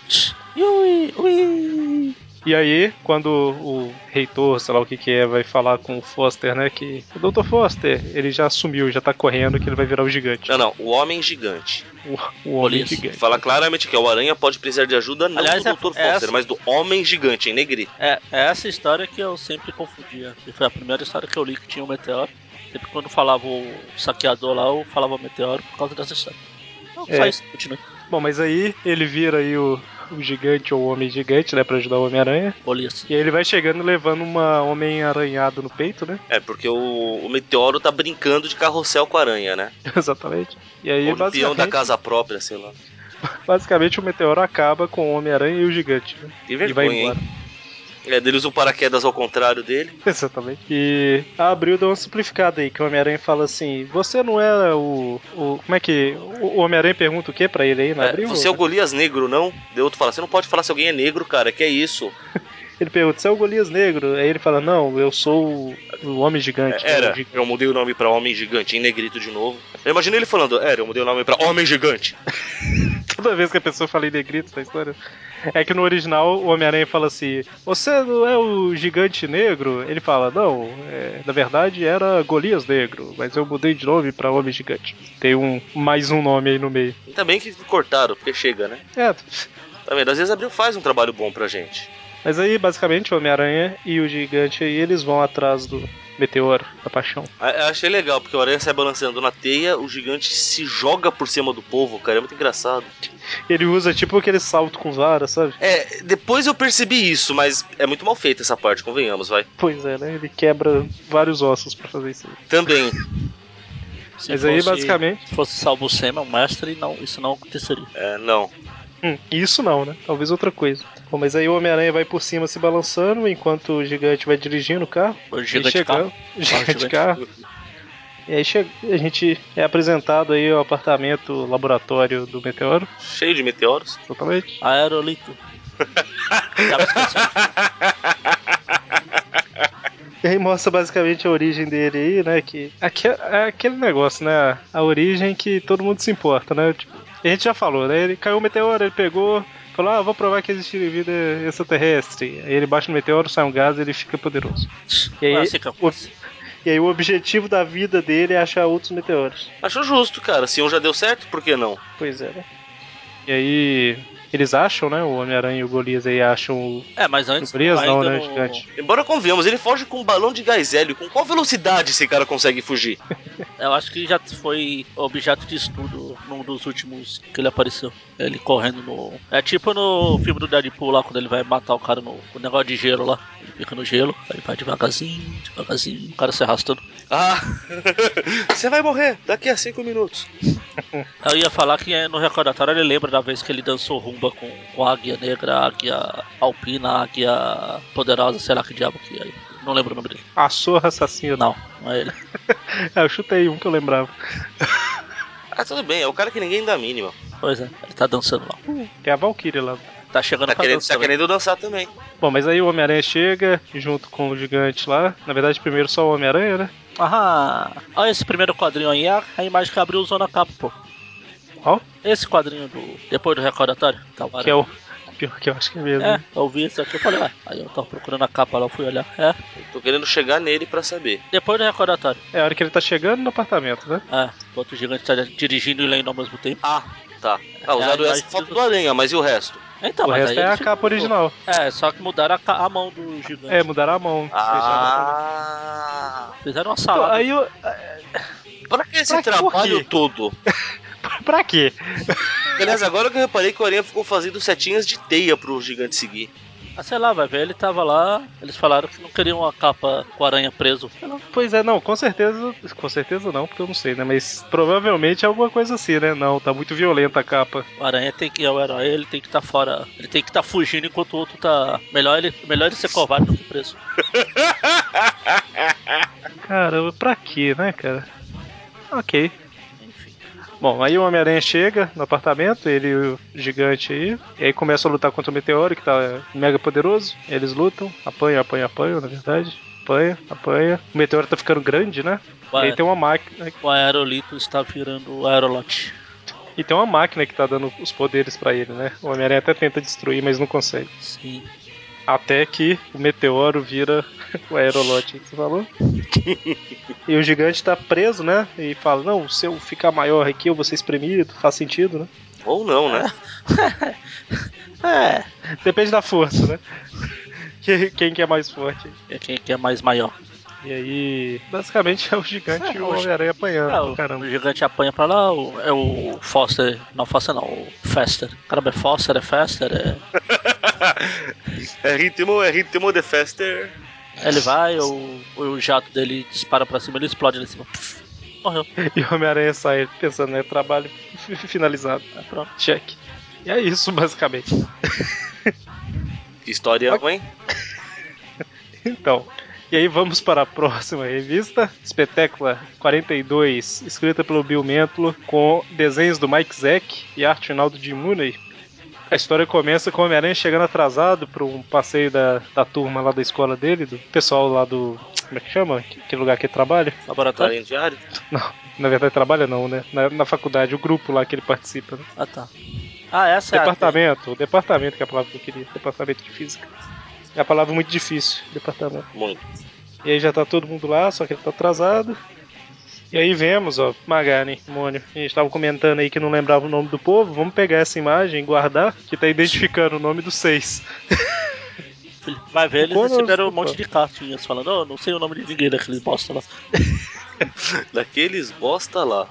C: Yui, ui.
A: E aí, quando o reitor, sei lá o que que é, vai falar com o Foster, né? Que o Dr. Foster, ele já sumiu, já tá correndo, que ele vai virar o gigante.
D: Não, não. O homem gigante.
A: O, o homem
C: Olha isso.
A: gigante.
D: Fala claramente que é o Aranha pode precisar de ajuda, não
C: Aliás,
D: do
C: é-
D: Dr. Foster,
C: é essa-
D: mas do homem gigante, em negrito.
C: É, é essa história que eu sempre confundia. E foi a primeira história que eu li que tinha o Meteoro. Sempre quando falava o saqueador lá, eu falava Meteoro por causa dessa história. Não, né?
A: É.
C: só isso, continue.
A: Bom, mas aí ele vira aí o, o gigante ou o homem gigante, né? Pra ajudar o Homem-Aranha.
C: Golias.
A: E aí ele vai chegando levando uma homem aranhado no peito, né?
D: É, porque o, o meteoro tá brincando de carrossel com a aranha, né?
A: Exatamente. E aí,
D: Ou de peão da
A: basicamente,
D: casa própria, sei lá.
A: basicamente, o meteoro acaba com o Homem-Aranha e o gigante, né?
D: Que
A: E vai
D: vergonha,
A: embora.
D: hein? É, deles o paraquedas ao contrário dele.
A: Exatamente. E a Abril deu uma simplificada aí, que o Homem-Aranha fala assim: Você não é o. o como é que. O o Homem-Aranha pergunta o que pra ele aí na
D: É,
A: Abril?
D: você é o Golias negro, não? De outro fala, você não pode falar se alguém é negro, cara, que é isso?
A: Ele pergunta: Você é o Golias Negro? Aí ele fala: Não, eu sou o, o Homem Gigante. né,
D: Era,
A: o gigante."
D: É, eu mudei o nome pra Homem Gigante, em negrito de novo. Eu imaginei ele falando, era, eu mudei o nome pra Homem Gigante.
A: Toda vez que a pessoa fala em negrito na história. É que no original o Homem-Aranha fala assim: Você não é o Gigante Negro? Ele fala: Não, é, na verdade era Golias Negro, mas eu mudei de nome pra Homem Gigante. Tem um mais um nome aí no meio.
D: Ainda bem que cortaram, porque chega, né?
A: É,
D: Tá vendo? Às vezes Abril faz um trabalho bom pra gente.
A: Mas aí, basicamente, o Homem-Aranha e o Gigante aí, eles vão atrás do Meteoro, da Paixão.
D: A- Eu achei legal, porque o aranha sai balançando na teia, o gigante se joga por cima do povo, cara, é muito engraçado.
A: Ele usa tipo aquele salto com vara, sabe?
D: É, depois eu percebi isso, mas é muito mal feita essa parte, convenhamos, vai.
A: Pois é, né? Ele quebra vários ossos pra fazer isso.
D: Também.
C: Se
A: Mas aí,
C: fosse-
A: basicamente,
C: Se fosse Salvo Sema, o mestre, não, isso não aconteceria.
D: É, não.
A: hum, isso não, né? Talvez outra coisa. Bom, mas aí o Homem-Aranha vai por cima se balançando, enquanto o gigante vai dirigindo o carro.
C: O
A: E
C: gigante
A: chegando-
C: carro.
A: Gigante carro. E aí chega, a gente é apresentado aí ao apartamento, laboratório do Meteoro,
D: Cheio de meteoros.
A: totalmente.
C: Aerolito. Tava esquecendo.
A: E aí mostra basicamente a origem dele aí, né? Que aque- é aquele negócio, né? A origem que todo mundo se importa, né? Tipo, a gente já falou, né? Ele caiu um meteoro, ele pegou, falou, ah, vou provar que existe vida extraterrestre. Aí ele baixa no meteoro, sai um gás e ele fica poderoso. E aí,
C: Ah, assim que acontece.
A: E aí o objetivo da vida dele é achar outros meteoros.
D: Acho justo, cara. Se um já deu certo, por que não?
A: Pois é, né? E aí eles acham, né? O Homem-Aranha e o Golias aí acham o
C: É, mas antes.
A: Golias, não,
C: ainda
A: né? O
C: no-
A: gigante.
D: Embora convenhamos, ele foge com um balão de gás hélio. Com qual velocidade esse cara consegue fugir?
C: Eu acho que já foi objeto de estudo num dos últimos que ele apareceu. Ele correndo no. É tipo no filme do Deadpool lá, quando ele vai matar o cara no com o negócio de gelo lá. Ele fica no gelo, aí vai devagarzinho, devagarzinho, o cara se arrastando.
D: Ah, você vai morrer daqui a cinco minutos.
C: Eu ia falar que eh, no recordatório ele lembra da vez que ele dançou rumba com, com a águia negra, a águia alpina, a águia poderosa, sei lá que diabo que é. Não lembro o nome dele.
A: A Sorra Assassina.
C: Não, não é ele.
A: É, eu chutei um que eu lembrava.
D: Ah, tudo bem, é o cara que ninguém dá a mínima.
C: Pois é, ele tá dançando lá.
A: Tem É a Valkyrie lá.
C: Tá chegando
D: Tá
C: pra
D: querendo,
C: dança
D: tá
C: também.
D: querendo dançar também.
A: Bom, mas aí o Homem-Aranha chega junto com o gigante lá. Na verdade, primeiro só o Homem-Aranha, né?
C: Aham. Olha esse primeiro quadrinho aí, a, a imagem que abriu usou na capa, pô.
A: Ó,
C: Esse quadrinho do. Depois do recordatório? Tá,
A: que é o. Pior que eu acho que é mesmo.
C: É, eu vi isso aqui, eu falei, ué. Aí eu tava procurando a capa lá, eu fui olhar. É,
D: Tô querendo chegar nele pra saber.
C: depois do recordatório.
A: É a hora que ele tá chegando no apartamento, né?
C: É, o outro gigante tá dirigindo e lendo ao mesmo tempo.
D: Ah, tá. Ah, usaram
C: É,
D: essa
C: mas-
D: foto do aranha, mas e o resto?
C: Então,
A: o
C: mas
A: resto
C: aí
A: é
C: ele
A: a
C: se
A: capa
C: mudou.
A: original.
C: É, só que mudaram a, ca- a mão do gigante.
A: É, mudaram a mão.
D: Ah,
C: Fizeram uma
A: Então,
C: salada.
A: aí eu...
D: pra que esse
A: Pra que- por
D: trabalho
A: quê?
D: todo?
A: Pra quê?
D: Aliás, agora que eu reparei que o aranha ficou fazendo setinhas de teia pro gigante seguir.
C: Ah, sei lá, vai ver, ele tava lá, eles falaram que não queriam uma capa com aranha preso. Sei lá.
A: Pois é, não, com certeza. Com certeza não, porque eu não sei, né? Mas provavelmente é alguma coisa assim, né? Não, tá muito violenta a capa.
C: O aranha tem que é o herói, ele tem que estar fora. Ele tem que estar fugindo enquanto o outro tá. Melhor ele, melhor ele ser covarde do que preso.
A: Caramba, pra quê, né, cara? Ok.
C: Enfim.
A: Bom, aí o Homem-Aranha chega no apartamento, ele e o gigante aí, e aí começa a lutar contra o meteoro, que tá mega poderoso. Eles lutam, apanham, apanham, apanham, na verdade. Apanha, apanha. O meteoro tá ficando grande, né?
C: O,
A: E
C: aer-
A: aí tem uma máquina.
C: o é- aerolito está virando o aerolote.
A: E tem uma máquina que tá dando os poderes pra ele, né? O Homem-Aranha até tenta destruir, mas não consegue.
C: Sim.
A: Até que o meteoro vira o aerolote que você falou. e o gigante tá preso, né? E fala, não, se eu ficar maior aqui, eu vou ser espremido, faz sentido, né?
D: Ou não, né?
C: É.
A: Depende da força, né? Quem, quem que é mais forte.
C: É quem que é mais maior.
A: E aí, basicamente é o gigante
C: É,
A: e o
C: o-
A: Homem-Aranha apanhando.
C: É,
A: pra
C: o,
A: Ah, caramba.
C: o gigante apanha pra lá, o, é o Foster. Não, Foster não, o Fester. Caramba, é Foster, é Fester, é.
D: É ritmo, é ritmo de fester.
C: Ele vai, o, o jato dele dispara pra cima, ele explode lá em cima. Pff, Morreu.
A: E o Homem-Aranha sai pensando, né? Trabalho fi- finalizado.
C: É, pronto.
A: Check. E é isso, basicamente.
D: Que história ruim.
A: Então. E aí vamos para a próxima revista, Espetácula 42, escrita pelo Bill Mentlo, com desenhos do Mike Zeck e arte final do Jim Mooney. A história começa com o Homem-Aranha chegando atrasado para um passeio da, da turma lá da escola dele, do pessoal lá do. Como é que chama? Que, que lugar que ele trabalha?
C: Laboratório?
D: Tarim Tá diário.
A: Não, na verdade trabalha não, né? Na, na faculdade, o grupo lá que ele participa. Né?
C: Ah, tá. Ah, essa é
A: Departamento, o departamento que é a palavra que eu queria, departamento de física. É a palavra muito difícil, departamento.
D: Muito.
A: E aí já tá todo mundo lá, só que ele tá atrasado. E aí vemos, ó, Magani, Mônio, a gente tava comentando aí que não lembrava o nome do povo, vamos pegar essa imagem e guardar, que tá identificando o nome dos seis.
C: a. que- Vai ver, eles
A: Quando-
C: receberam um monte de cartinhas falando, oh, não sei o nome de ninguém daqueles bosta lá.
D: Daqueles bosta lá.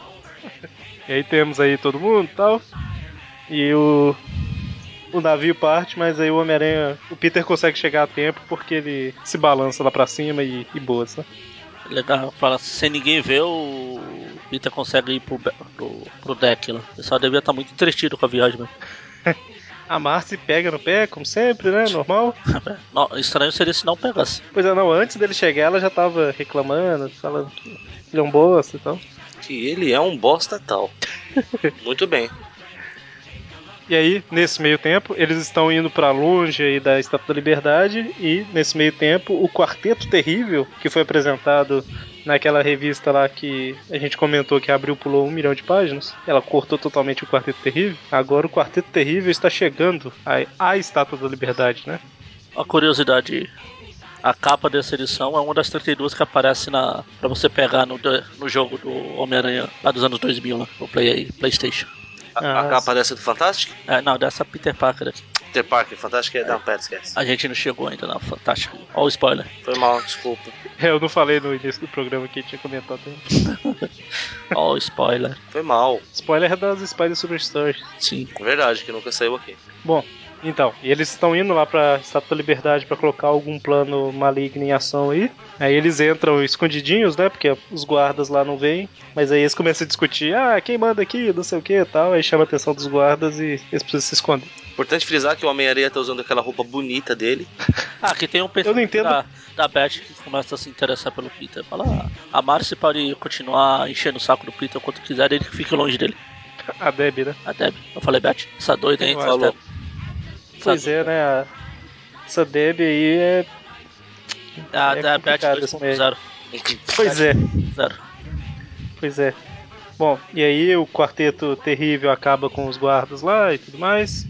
A: E aí temos aí todo mundo e tal. E o. O navio parte, mas aí o Homem-Aranha. O Peter consegue chegar a tempo porque ele se balança lá pra cima e, e boas, né?
C: Legal, fala, sem ninguém ver o. Peter consegue ir pro, be- pro, pro deck né? lá. O pessoal devia estar muito entretido com a viagem mesmo.
A: A Marcy pega no pé, como sempre, né? Normal.
C: Não, é, estranho seria se não pegasse.
A: Pois é, não, antes dele chegar ela já tava reclamando, falando que ele é um bosta e tal.
D: Que ele é um bosta tal. Muito bem.
A: E aí, nesse meio tempo, eles estão indo pra longe aí da Estátua da Liberdade e nesse meio tempo o Quarteto Terrível, que foi apresentado naquela revista lá que a gente comentou que abriu pulou um milhão de páginas, ela cortou totalmente o Quarteto Terrível. Agora o Quarteto Terrível está chegando à, à Estátua da Liberdade, né?
C: Uma curiosidade. A capa dessa edição é uma das 32 que aparece na para você pegar no, de- no jogo do Homem-Aranha lá dos anos 2000, lá, no Play, PlayStation.
D: A, a
A: Ah,
D: capa dessa do Fantástico?
C: É, não, dessa Peter Parker aqui.
D: Peter Parker, Fantástico é. Não, pera, esquece.
C: A gente não chegou ainda na Fantástica. Olha o spoiler.
D: Foi mal, desculpa.
A: É, eu não falei no início do programa que tinha comentado ainda.
C: Olha o spoiler.
D: Foi mal.
A: Spoiler das Spider Superstars.
C: Sim.
D: É Verdade, que nunca saiu aqui.
A: Bom, então, e eles estão indo lá pra Estátua da Liberdade pra colocar algum plano maligno em ação aí. Aí eles entram escondidinhos, né? Porque os guardas lá não vêm. Mas aí eles começam a discutir: ah, quem manda aqui, não sei o que e tal. Aí chama a atenção dos guardas e eles precisam se esconder.
D: Importante frisar que o Homem-Aranha tá usando aquela roupa bonita dele.
C: Ah, aqui tem um
A: Eu não entendo.
C: da, da Beth que começa a se interessar pelo Peter. Fala, "Ah, a Marcy pode continuar enchendo o saco do Peter quanto quiser, ele que fique longe dele.
A: A Debbie, né?
C: A Deb. Eu falei, Beth, essa doida, hein?
A: Quem
C: Falou.
A: mais, Pois é, né? a- Essa Debbie aí é.
C: A,
A: É
C: da Beth
A: complicado esse
C: 2.0.
A: Pois é.
C: Zero.
A: Pois é. Bom, e aí o quarteto terrível acaba com os guardas lá e tudo mais.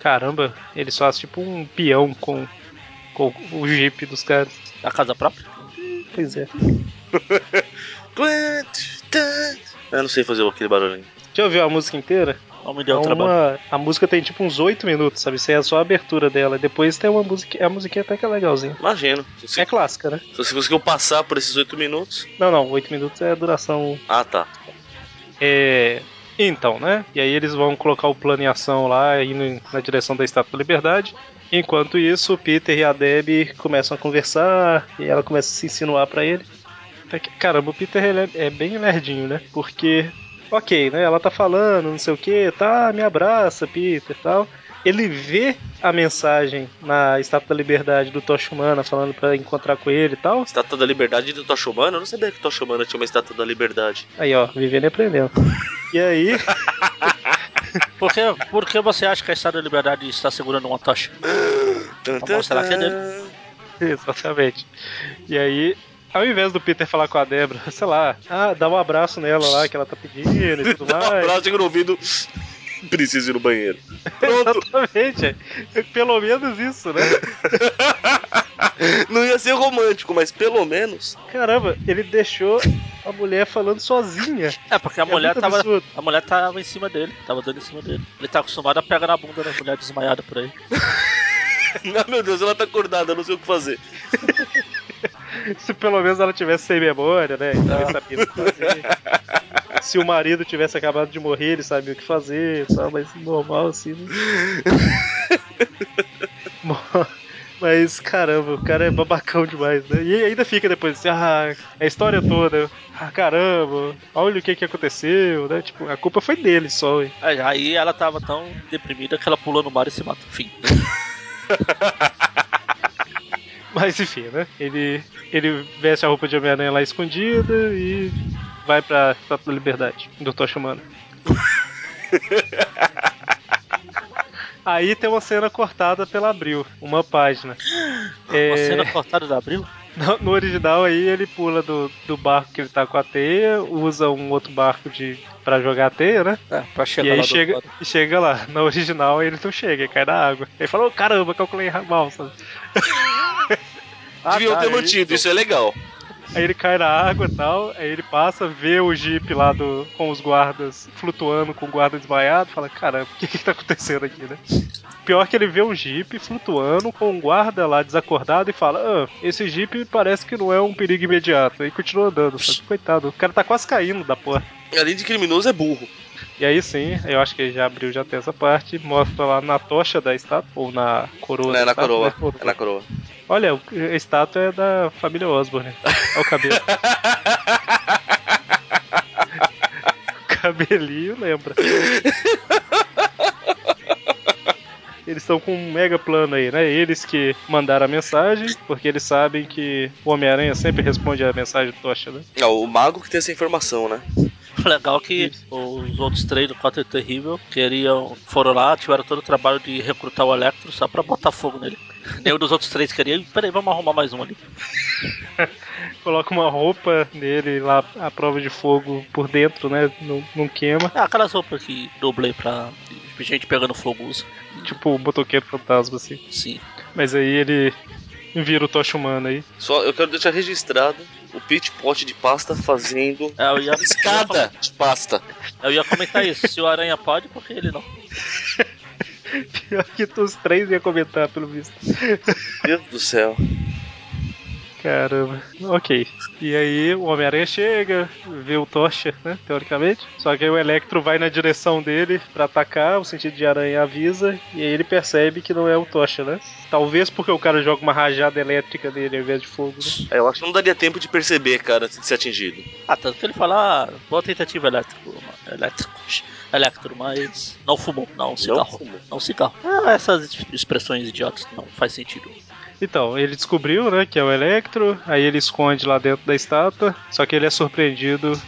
A: Caramba, eles fazem tipo um peão com, com o jeep dos caras.
C: Da casa própria?
A: Pois é.
D: Eu não sei fazer aquele barulhinho.
A: Já ouviu a música inteira?
C: Não me deu
A: É
C: trabalho.
A: uma, a música tem tipo uns 8 minutos, sabe? Isso aí é só a abertura dela. Depois tem uma música. A musiquinha até que é legalzinha.
D: Imagino. Se
A: É
D: você,
A: clássica, né?
D: se você conseguiu passar por esses oito minutos.
A: Não, não, 8 minutos é a duração.
D: Ah, tá.
A: É. Então, né? E aí eles vão colocar o plano em ação lá, indo em- na direção da Estátua da Liberdade. Enquanto isso, o Peter e a Debbie começam a conversar e ela começa a se insinuar pra ele. Até que, caramba, o Peter ele é, é bem lerdinho, né? Porque, ok, né? Ela tá falando, não sei o que, tá, me abraça, Peter e tal. Ele vê a mensagem na Estátua da Liberdade do Tocha Humana falando pra encontrar com ele e tal.
D: Estátua da Liberdade do Tocha Humana? Eu não sabia que o Tocha Humana tinha uma estátua da Liberdade.
A: Aí, ó, vivendo e aprendendo. E aí,
C: Por que, por que você acha que a Estátua da Liberdade está segurando uma tocha? Pra mostrar que é
A: exatamente. E aí, ao invés do Peter falar com a Débora, sei lá, ah, dá um abraço nela lá que ela tá pedindo e tudo
D: Dá um
A: mais.
D: abraço no ouvido. Preciso ir no banheiro. Pronto.
A: Exatamente. É Pelo menos isso, né?
D: Não ia ser romântico, mas pelo menos.
A: Caramba, ele deixou a mulher falando sozinha.
C: É, porque a
A: É
C: mulher
A: muito
C: tava.
A: absurdo.
C: A mulher tava em cima dele, tava dando em cima dele. Ele tá acostumado a pegar na bunda da mulher desmaiada por aí.
D: Ah, meu Deus, ela tá acordada, eu não sei o que fazer.
A: Se pelo menos ela tivesse sem memória, né? Então ele sabia o que fazer. Se o marido tivesse acabado de morrer, ele sabia o que fazer e tal, mas normal assim. Né? Bom, Mas caramba, o cara é babacão demais, né? E ainda fica depois assim, ah, a história toda. Ah, caramba, olha o que que aconteceu, né? Tipo, a culpa foi dele só. hein?
C: Aí- Aí ela tava tão deprimida que ela pulou no mar e se mata. Fim.
A: Mas enfim, né? Ele, ele veste a roupa de Homem-Aranha lá escondida e vai pra Estátua da Liberdade, do Tocha Humana. Aí tem uma cena cortada pela Abril, uma página. É,
C: Uma cena cortada da Abril?
A: no, no original aí ele pula do, do barco que ele tá com a teia, usa um outro barco de para jogar a teia, né?
C: É, pra chegar
A: e aí
C: lá do outro
A: chega,
C: lado.
A: e chega lá. Na original ele não chega, ele cai na água. Ele falou, caramba, calculei mal, sabe? Ah,
D: Deviam
A: tá,
D: ter
A: ele-
D: mantido, isso é legal.
A: Aí ele cai na água e tal, aí ele passa, vê o jeep lá do, com os guardas flutuando, com o guarda desmaiado, fala, caramba, o que que tá acontecendo aqui, né? Pior que ele vê um jeep flutuando com um guarda lá desacordado e fala, ah, esse jeep parece que não é um perigo imediato. Aí continua andando, sabe? Coitado, o cara tá quase caindo da porra.
D: Além de criminoso, é burro.
A: E aí sim, eu acho que já abriu, já tem essa parte, mostra lá na tocha da estátua, ou na coroa
D: Não, é
A: da
D: na
A: estátua,
D: coroa.
A: né? Ou-
D: É na coroa.
A: Olha, o- a estátua é da família Osborne, olha o cabelo. cabelinho, lembra. Eles estão com um mega plano aí, né? Eles que mandaram a mensagem, porque eles sabem que o Homem-Aranha sempre responde a mensagem do Tocha, né?
D: É o mago que tem essa informação, né?
C: Legal que os outros três do Quarto Terrível queriam, foram lá, tiveram todo o trabalho de recrutar o Electro só pra botar fogo nele. Nenhum dos outros três queria. Peraí, vamos arrumar mais um ali.
A: Coloca uma roupa nele lá, a prova de fogo por dentro, né? Não, não queima.
C: Ah, aquelas roupas que dublei pra gente pegando fogo usa.
A: Tipo o motoqueiro fantasma, assim.
C: Sim.
A: Mas aí ele vira o Tocha Humana aí.
D: Só eu quero deixar registrado o pit pot de pasta fazendo
C: É, Eu ia,
D: escada de pasta.
C: eu ia comentar isso. Se o Aranha pode, por que ele não?
A: Pior que os três ia comentar, pelo visto.
D: Meu Deus do céu.
A: Caramba. Ok. E aí o Homem-Aranha chega, vê o Tocha, né? Teoricamente. Só que aí o Electro vai na direção dele pra atacar, o sentido de aranha avisa, e aí ele percebe que não é o Tocha, né? Talvez porque o cara joga uma rajada elétrica nele ao invés de fogo, né?
D: É, eu acho que não daria tempo de perceber, cara, de ser atingido.
C: Ah, tanto que ele fala, ah, boa tentativa elétrico, ma- elétrico, electro, mas não fumou, não cigarro,
D: fumou.
C: não, cigarro. Ah, essas expressões idiotas não faz sentido.
A: Então, ele descobriu, né, que é o Electro, aí ele esconde lá dentro da estátua, só que ele é surpreendido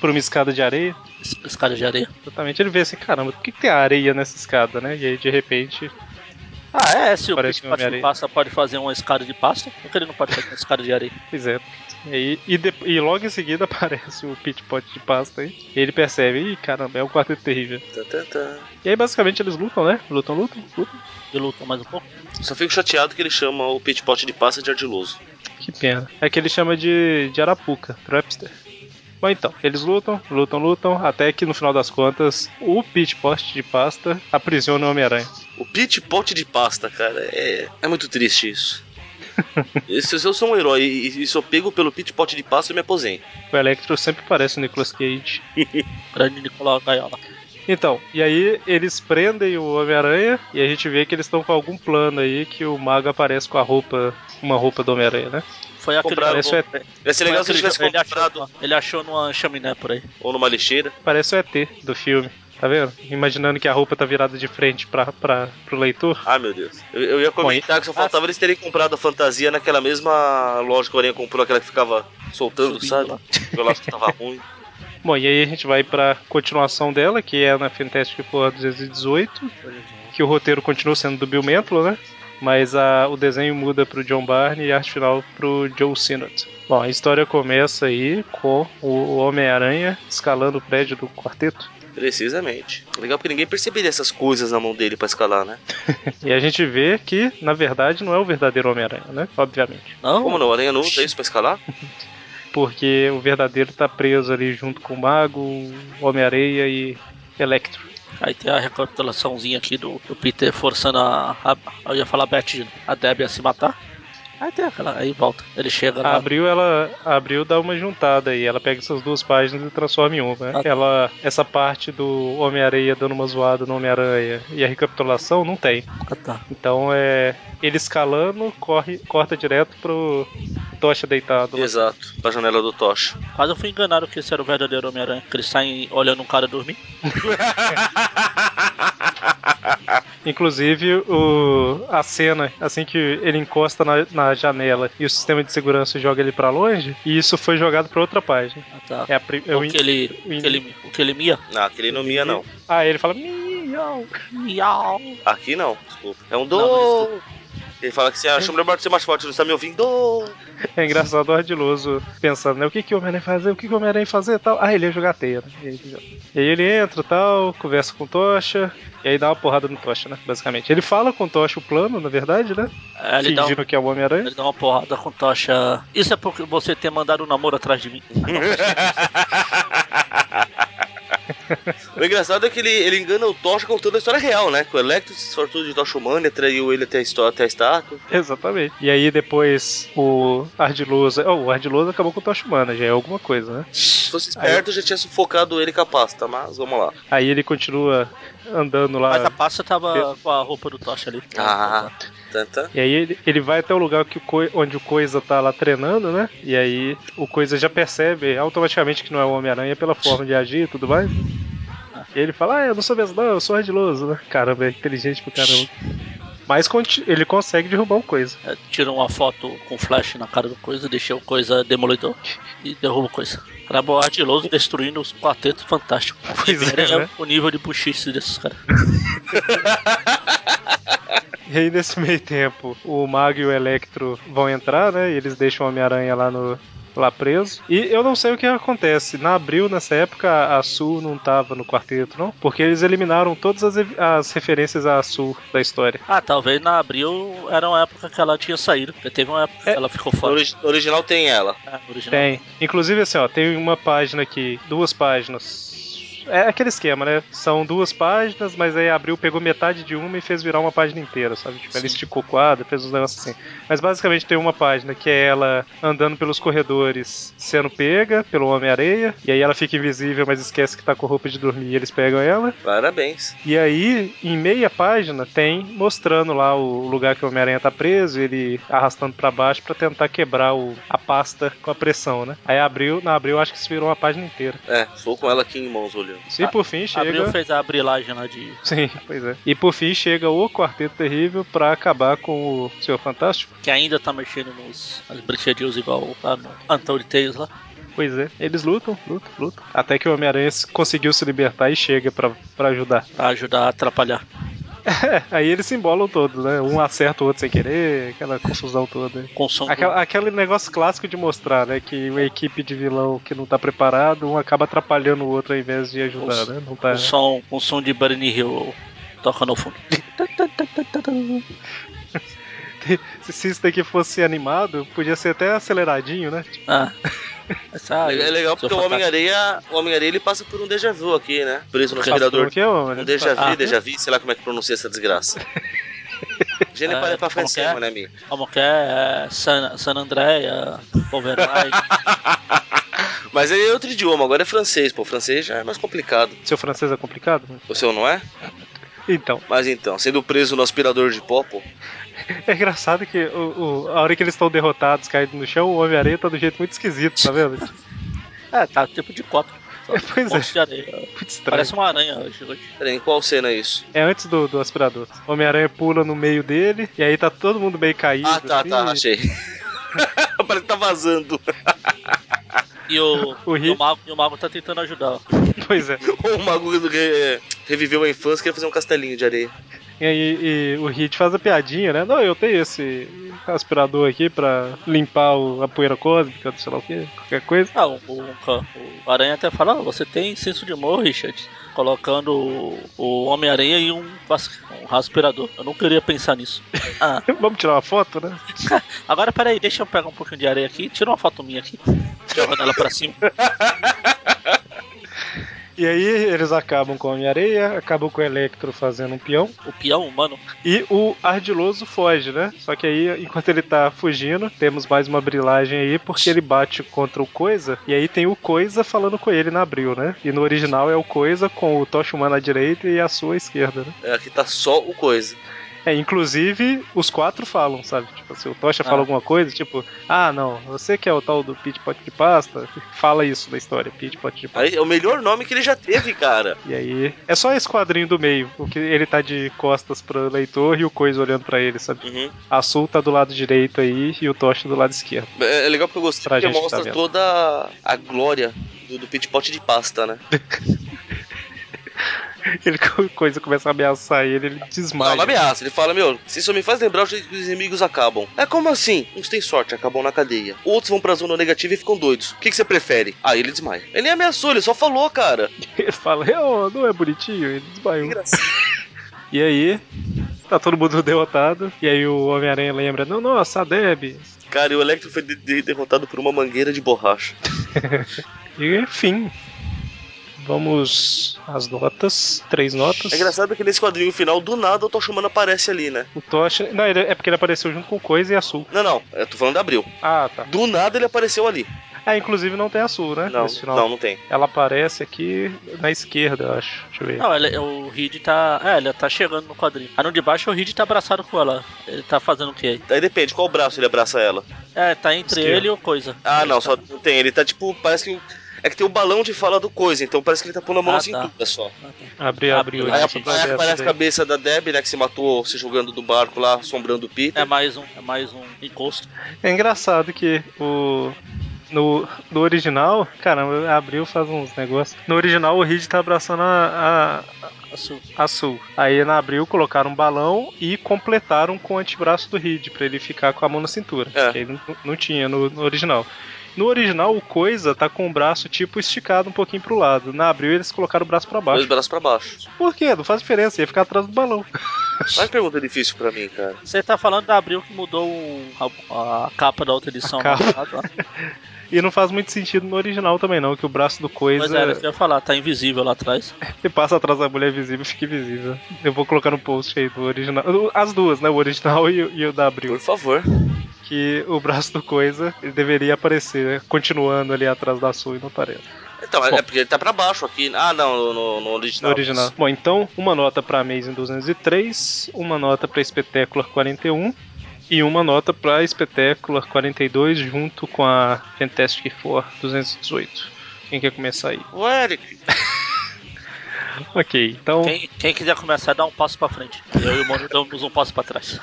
A: por uma escada de areia.
C: Es- Escada de areia.
A: Exatamente, ele vê assim, caramba, por que, que tem areia nessa escada, né? E aí, de repente,
C: Ah, é, se o
A: Parece
C: Pit
A: um
C: Pot de
A: Homem-Aranha.
C: pasta pode fazer uma escada de pasta, por que ele não pode fazer uma escada de areia?
A: pois é. E, aí- e, de- e logo em seguida aparece o pit pot de pasta aí. E ele percebe, ih, caramba, é um quarteto terrível.
D: Tá, tá, tá.
A: E aí basicamente eles lutam, né? Lutam, lutam, lutam.
C: E luta mais um pouco.
D: Só fico chateado que ele chama o pit pot de pasta de ardiloso.
A: Que pena. É que ele chama de, de Arapuca, Trapster. Bom, então, eles lutam, lutam, lutam, até que no final das contas, o pit post de pasta aprisiona o Homem-Aranha.
D: O pit pot de pasta, cara, é, é muito triste isso. E Se se eu sou um herói e, e sou pego pelo pit pot de pasta, eu me aposento.
A: O Electro sempre parece o Nicolas Cage.
C: Grande Nicolau Gaiola.
A: Então, e aí eles prendem o Homem-Aranha e a gente vê que eles estão com algum plano aí que o mago aparece com a roupa, uma roupa do Homem-Aranha, né? é
C: Foi aquele
D: Compraram
A: Parece o, ET,
D: Ia ser
C: foi
D: legal se
C: aquele-
D: ele tivesse
C: ele, achou,
D: comprado
C: numa- ele achou numa chaminé por aí.
D: ou numa lixeira.
A: parece o ET do filme, tá vendo? Imaginando que a roupa tá virada de frente pra, pra, pro leitor.
D: Ah, meu Deus. Eu, eu ia comentar que só faltava eles terem comprado a fantasia naquela mesma loja que o Aranha comprou, aquela que ficava soltando,
C: Subindo
D: sabe?
C: lá.
D: Eu acho que tava ruim.
A: Bom, e aí a gente vai pra continuação dela, que é na Fantastic Four 218, que o roteiro continua sendo do Bill Mantlo, né? Mas a, o desenho muda pro John Barney e a arte final pro Joe Sinnott. Bom, a história começa aí com o, o Homem-Aranha escalando o prédio do quarteto.
D: Precisamente. Legal porque ninguém perceberia essas coisas na mão dele pra escalar, né?
A: E a gente vê que, na verdade, não é o verdadeiro Homem-Aranha, né? Obviamente.
C: Não,
D: Como não? O Aranha não usa isso pra escalar?
A: Porque o verdadeiro tá preso ali junto com o Mago, o Homem-Areia e Electro.
C: Aí tem a recapitulaçãozinha aqui do, do Peter forçando a, a- Eu ia falar a Beth, de novo, a Debbie a se matar. Aí tem aquela. Aí volta. Ele chega
A: A
C: lá.
A: Abril, ela a Abril dá uma juntada aí, ela pega essas duas páginas e transforma em uma. né?
C: Ah.
A: Ela, essa parte do Homem-Areia dando uma zoada no Homem-Aranha e a recapitulação não tem.
C: Ah, tá.
A: Então é. Ele escalando, corre, corta direto pro Tocha deitado. lá.
D: Exato. Pra janela do Tocha.
C: Mas eu fui enganado que esse era o verdadeiro Homem-Aranha. Que eles saem olhando um cara dormir.
A: Inclusive, o, a cena, assim que ele encosta na, na janela e o sistema de segurança joga ele pra longe, e isso foi jogado pra outra página.
C: Ah, tá.
A: É a pri- é o
C: o,
A: in-
C: que ele,
A: o in-
C: o, que ele, o que ele mia?
D: Não, aquele não mia, não.
A: Ah, ele fala. "Miau".
C: Miau.
D: Aqui não, desculpa. É um do.
C: Não,
D: ele fala que você acha melhor você ser mais forte, não está me ouvindo? Do.
A: É engraçado o ardiloso pensando, né? O que, que o Homem-Aranha fazer? O que, que o Homem-Aranha fazer e tal? Ah, ele ia jogar teia, né? E aí ele joga. E aí ele entra e tal, conversa com o Tocha, e aí dá uma porrada no Tocha, né? Basicamente. Ele fala com o Tocha o plano, na verdade, né?
C: Aí ele dá, um-
A: Fingindo que é o Homem-Aranha.
C: ele dá uma porrada com tocha. Isso é porque você ter mandado um namoro atrás de mim.
D: o engraçado é que ele, ele engana o Tocha contando a história real, né? Que o Electro se esforçou de Tocha Humana e atraiu ele até a, histó- até a estátua.
A: Exatamente. E aí depois o Ardiloso. Oh, o Ardiloso acabou com o Tocha Humana, já é alguma coisa, né?
D: Se fosse esperto, eu já tinha sufocado ele com a pasta, mas vamos lá.
A: Aí ele continua andando lá.
C: Mas a pasta tava com a roupa do tocha ali.
D: Ah. Tanta.
A: E aí ele, ele vai até o lugar que o Coi- onde o Coisa tá lá treinando, né? E aí o Coisa já percebe automaticamente que não é o Homem-Aranha pela forma de agir e tudo mais. E ele fala, ah, eu não sou mesmo, não, eu sou ardiloso, né? Caramba, é inteligente pro caramba. Mas conti- ele consegue derrubar o Coisa.
C: É, tirou uma foto com flash na cara do coisa, deixou o coisa demolidor e derruba o coisa. Era bom, ardiloso destruindo os quartetos fantásticos.
A: Pois é, né?
C: o nível de buchice desses caras.
A: E aí, nesse meio tempo, o Mago e o Electro vão entrar, né? E eles deixam o Homem-Aranha lá no. Lá preso. E eu não sei o que acontece. Na abril, nessa época, a Sul não tava no quarteto, não? Porque eles eliminaram todas as, ev- as referências à Sul da história.
C: Ah, talvez na abril era uma época que ela tinha saído. porque Teve uma época que
D: É.
C: ela ficou
D: No
C: fora.
D: ori- no original tem ela.
C: né, original.
A: Tem. Inclusive, assim, ó, tem uma página aqui, duas páginas. É aquele esquema, né? São duas páginas, mas aí abriu, pegou metade de uma e fez virar uma página inteira, sabe? Tipo, ela
C: Sim.
A: esticou o quadro, fez uns negócios assim. Mas basicamente tem uma página que é ela andando pelos corredores, sendo pega pelo Homem-Areia, e aí ela fica invisível, mas esquece que tá com roupa de dormir e eles pegam ela.
D: Parabéns.
A: E aí, em meia página, tem mostrando lá o lugar que o Homem-Aranha tá preso, ele arrastando pra baixo pra tentar quebrar o- a pasta com a pressão, né? Aí abriu, na abril acho que isso virou uma página inteira.
D: É, estou com ela aqui em mãos olhando.
A: E por fim chega.
C: Abril fez a abrilagem lá de.
A: Sim, pois é. E por fim chega o Quarteto Terrível pra acabar com o Senhor Fantástico.
C: Que ainda tá mexendo nos nas brincadeiras igual lá no Anthony Taylor lá.
A: Pois é, eles lutam, lutam, lutam. Até que o Homem-Aranha se- conseguiu se libertar e chega pra, pra ajudar.
C: Pra ajudar a atrapalhar.
A: É, aí eles se embolam todos, né? Um acerta o outro sem querer, aquela confusão toda.
C: Com o som do-
A: Aquela- aquele negócio clássico de mostrar, né? Que uma equipe de vilão que não tá preparado, um acaba atrapalhando o outro ao invés de ajudar,
C: Os-
A: né? Não tá...
C: um som, um som de Bernie Hill toca no fundo.
A: se, se isso daqui fosse animado, podia ser até aceleradinho, né? Tipo,
C: Ah. Essa, ah,
D: é legal porque o Homem-Areia, o Homem-Areia ele passa por um déjà vu aqui, né? Preso no
C: Porque
D: gerador.
A: que é, mano?
D: Um déjà vu,
C: Ah.
D: déjà vu, sei lá como é que pronuncia essa desgraça. Gene
C: Ah,
D: para pra
C: como
D: frente,
C: que é?
D: né, Mi?
C: Como que é? é, San, San Andrea, Wolverine.
D: Mas aí é outro idioma, agora é francês, pô. Francês já é mais complicado.
A: Seu francês é complicado? mano?
D: O seu não é?
A: Então,
D: Mas então, sendo preso no aspirador de pó, pô.
A: é engraçado que o, o- a hora que eles estão derrotados, caídos no chão, o Homem-Aranha tá do jeito muito esquisito, tá vendo?
C: é, tá tipo de cota. Só
A: É, pois
C: um monte de areia.
A: Muito estranho.
C: Parece uma aranha gigante.
D: Peraí, em qual cena é isso?
A: É antes do, do aspirador. O Homem-Aranha pula no meio dele, e aí tá todo mundo meio caído.
D: Ah, tá,
A: assim,
D: tá, achei. Parece que tá vazando.
C: E o,
A: O
C: e
A: Rick-
C: o, mago, e o mago tá tentando ajudar.
A: Pois é.
D: O mago do- é, reviveu a infância, queria fazer um castelinho de areia.
A: E, aí e o Hit faz a piadinha, né? Não, eu tenho esse aspirador aqui pra limpar o- a poeira cósmica, sei lá o que, qualquer coisa.
C: Ah, o, o- o Aranha até fala, "Ah, você tem senso de humor, Richard, colocando o, o Homem-Aranha e um, vas- um raspirador. Eu não queria pensar nisso. Ah,
A: Vamos tirar uma foto, né?
C: agora peraí, deixa eu pegar um pouquinho de areia aqui, tira uma foto minha aqui, jogando ela pra cima.
A: E aí eles acabam com a Homem-Areia, acabam com o Electro fazendo um peão.
C: O peão humano.
A: E o Ardiloso foge, né? Só que aí, enquanto ele tá fugindo, temos mais uma brilagem aí, porque ele bate contra o Coisa, e aí tem o Coisa falando com ele na abril, né? E no original é o Coisa com o Tocha Humana à direita e a sua à esquerda, né?
D: É, Aqui tá só o coisa.
A: É, inclusive, os quatro falam, sabe? Tipo, se o Tocha
C: Ah.
A: fala alguma coisa, tipo, ah, não, você que é o tal do Pit Pot de Pasta, fala isso da história, Pit Pot de Pasta.
D: Aí, é o melhor nome que ele já teve, cara.
A: E aí, é só esse quadrinho do meio, porque ele tá de costas pro leitor e o Coisa olhando pra ele, sabe?
D: Uhum.
A: A Sul tá do lado direito aí e o Tocha do lado esquerdo.
D: É é legal porque eu gostei
A: Pra
D: porque
A: gente que tá
D: mostra
A: vendo.
D: toda a glória do, do pit pot de pasta, né?
A: Ele co- coisa começa a ameaçar ele, ele
D: Não,
A: desmaia.
D: não ameaça, ele fala, meu, se isso me faz lembrar o jeito que os inimigos acabam. É como assim? Uns têm sorte, acabam na cadeia. Outros vão pra zona negativa e ficam doidos. O que, que você prefere? Aí ele desmaia. Ele nem ameaçou, ele só falou, cara.
A: Ele fala, "É, ó, não é bonitinho? Ele desmaiou.
D: Engraçado.
A: E aí, tá todo mundo derrotado. E aí o Homem-Aranha lembra, não, nossa, a Deb.
D: Cara, e o Electro foi de- de- derrotado por uma mangueira de borracha.
A: E enfim. Vamos às notas. Três notas.
D: É engraçado que nesse quadrinho final, do nada, o Toshimano aparece ali, né?
A: O Tocha. Não, ele- é porque ele apareceu junto com Coisa e a Sul.
D: Não, não, eu tô falando da Abril.
A: Ah, tá.
D: Do nada ele apareceu ali.
A: Ah, inclusive não tem a Sul, né?
D: Não,
A: Nesse final.
D: não, não tem.
A: Ela aparece aqui na esquerda, eu acho. Deixa eu ver.
C: Não, ela- é, o Reed tá. É, ela tá chegando no quadrinho. Ah, no de baixo o Reed tá abraçado com ela. Ele tá fazendo o quê?
D: Aí depende, qual braço ele abraça ela?
C: É, tá entre
A: Esquerda.
C: ele e o coisa.
D: Ah,
C: Ele
D: não,
C: tá-
D: só não tem. Ele tá tipo, parece que. É que tem um balão de fala do coisa, então parece que ele tá pondo a mão
C: Ah,
D: na
C: tá.
D: cintura só.
A: Abre, abre
C: Abre,
A: o
C: né,
D: Aí
A: olho.
C: gente?
A: pra ver
D: aparece, Ah, é, aparece
A: essa
D: a
A: daí.
D: cabeça da Deb, né, que se matou se jogando do barco lá, assombrando o Peter.
C: É mais um, é mais um encosto.
A: É engraçado que o. No, no original, caramba, abriu faz uns negócios. No original o Reed tá abraçando a,
C: Assim,
A: a, a Sul. Aí na abril colocaram um balão e completaram com o antebraço do Reed pra ele ficar com a mão na cintura.
D: É.
A: Que ele não, não tinha no, no original. No original o Coisa tá com o braço tipo esticado um pouquinho pro lado. Na abril eles colocaram o braço pra
D: Dois
A: baixo.
D: braços pra baixo.
A: Por quê? Não faz diferença, ia ficar atrás do balão.
D: Mas pergunta difícil pra mim, cara.
C: Você tá falando da Abril que mudou o- a, a capa da outra edição.
A: A capa.
C: Ah, tá.
A: E não faz muito sentido no original também não, que o braço do Coisa
C: Pois é, era o que eu ia falar, tá invisível lá atrás.
A: Você passa atrás da mulher visível, fica invisível. Eu vou colocar no post aí do original. As duas, né? O original e, o- e o da Abril.
D: Por favor.
A: Que o braço do coisa ele deveria aparecer, né? Continuando ali atrás da sua e não aparece.
D: Então,
A: Bom.
D: é porque ele tá pra baixo aqui. Ah, não, no, no
A: No
D: original.
A: original. Bom, então, uma nota pra Amazing 203, uma nota pra Espetáculo 41 e uma nota pra Espetáculo 42 junto com a Fantastic Four 218. Quem quer começar aí?
D: O Eric.
A: Ok, então.
C: Quem, quem quiser começar, dá um passo pra frente. Eu e o Moro damos um passo pra trás.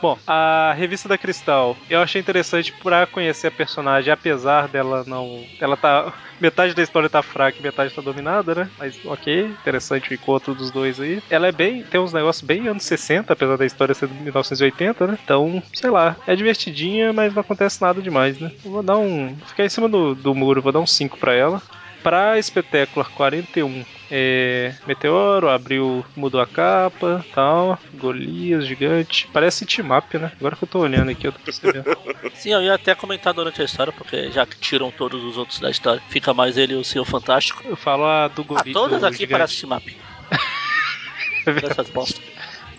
A: Bom, a revista da Cristal, eu achei interessante pra conhecer a personagem, apesar dela não. Ela tá. Metade da história tá fraca e metade tá dominada, né? Mas ok, interessante o encontro dos dois aí. Ela é bem. tem uns negócios bem anos 60, apesar da história ser de 1980, né? Então, sei lá, é divertidinha, mas não acontece nada demais, né? Eu Vou dar um. vou ficar em cima do, do muro, vou dar um 5 pra ela. Pra Espetácular 41, é, Meteoro, abriu, mudou a capa, tal. Golias, gigante. Parece team-up, né? Agora que eu tô olhando aqui, eu tô percebendo.
C: Sim, eu ia até comentar durante a história, porque já que tiram todos os outros da história, fica mais ele e o Senhor Fantástico.
A: Eu falo a do
C: Ah,
A: Golias.
C: todas
A: do
C: aqui
A: gigante. É
C: parecem Timap. Essas bosta.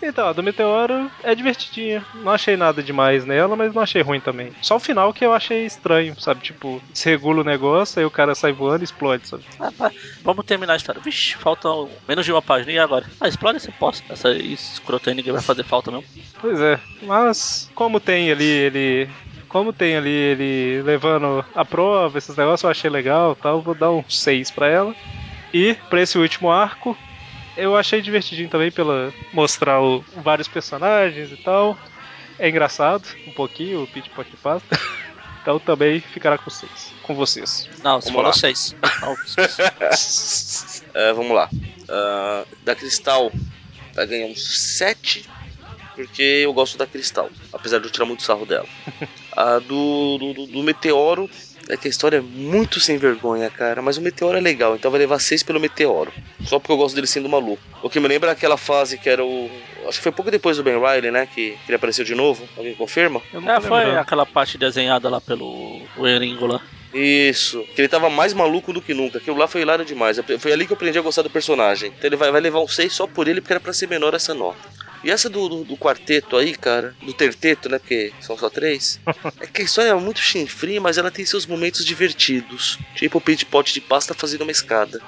A: Então, a do Meteoro é divertidinha. Não achei nada demais nela, mas não achei ruim também. Só o final que eu achei estranho, sabe? Tipo, desregula o negócio, aí o cara sai voando e explode, sabe?
C: Ah, pá, vamos terminar a história. Vixe, falta um- menos de uma página. E agora? Ah, explode esse posto. Essa escrota aí ninguém vai fazer falta mesmo.
A: Pois é, mas como tem ali ele. Como tem ali ele levando a prova, esses negócios eu achei legal e tal, vou dar um 6 pra ela. E pra esse último arco, eu achei divertidinho também pela mostrar o- vários personagens e tal. É engraçado, um pouquinho, o Pit Pot de Pasta. Então também ficará com vocês. Com vocês.
C: Não, você
D: Vamos
C: falou
D: lá.
C: seis. Ah, Não,
D: É, vamos lá. Ah, da Cristal, tá ganhando 7, porque eu gosto da Cristal, apesar de eu tirar muito sarro dela. A do, do, do- do Meteoro, é que a história é muito sem vergonha, cara, mas o Meteoro é legal, então vai levar 6 pelo Meteoro, só porque eu gosto dele sendo maluco. O que me lembra aquela fase que era o. Acho que foi pouco depois do Ben Riley, né? Que, que ele apareceu de novo. Alguém confirma?
A: Eu não
C: é,
A: tô
C: foi
A: lembrando.
C: aquela parte desenhada lá pelo o Eringo lá.
D: Isso, que ele tava mais maluco do que nunca. Aquilo lá foi hilário demais. Eu- Foi ali que eu aprendi a gostar do personagem. Então ele vai, vai levar um 6 só por ele, porque era pra ser menor essa nota. E essa do, do, do quarteto aí, cara, do terteto, né? Porque são só três. É que a história é muito chinfrim, mas ela tem seus momentos divertidos. Tipo o Pit Pot de pasta fazendo uma escada.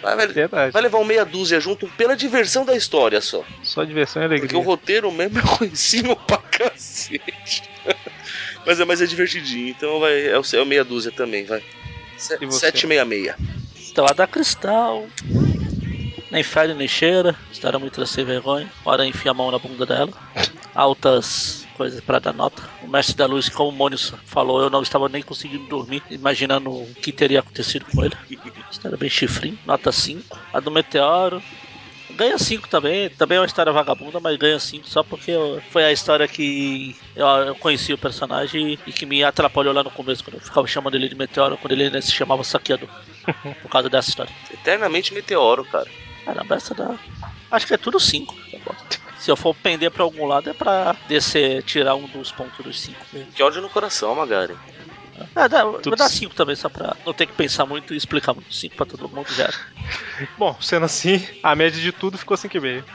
D: Vai, vai,
A: Verdade.
D: vai levar um meia dúzia junto pela diversão da história só.
A: Só diversão e
D: Porque o
A: alegria.
D: roteiro mesmo é ruimzinho pra cacete. mas, é, mas é divertidinho, então vai, é, o, é o meia dúzia também, vai. Se-
A: E você?
D: 766.
C: Então, a da Cristal. Nem fede, nem cheira. História muito sem vergonha. Hora enfia a mão na bunda dela. Altas coisas pra dar nota. O mestre da luz, como o Mônio falou, eu não estava nem conseguindo dormir, imaginando o que teria acontecido com ele. História bem chifrinho. Nota 5. A do Meteoro. Ganha 5 também, também é uma história vagabunda, mas ganha 5 só porque eu- foi a história que eu, eu conheci o personagem e que me atrapalhou lá no começo, quando eu ficava chamando ele de meteoro, quando ele ainda se chamava saqueador, por causa dessa história.
D: Eternamente meteoro, cara.
C: Ah, na beça da. Acho que é tudo 5. Se eu for pender pra algum lado é pra descer, tirar um dos pontos dos 5.
D: Que ódio no coração, Magari.
C: Ah, dá, vou
A: Tudo
C: dar
A: c-
C: 5 também, só pra não ter que pensar muito e explicar muito 5 pra todo mundo já.
A: Bom, sendo assim, a média de tudo ficou 5,5.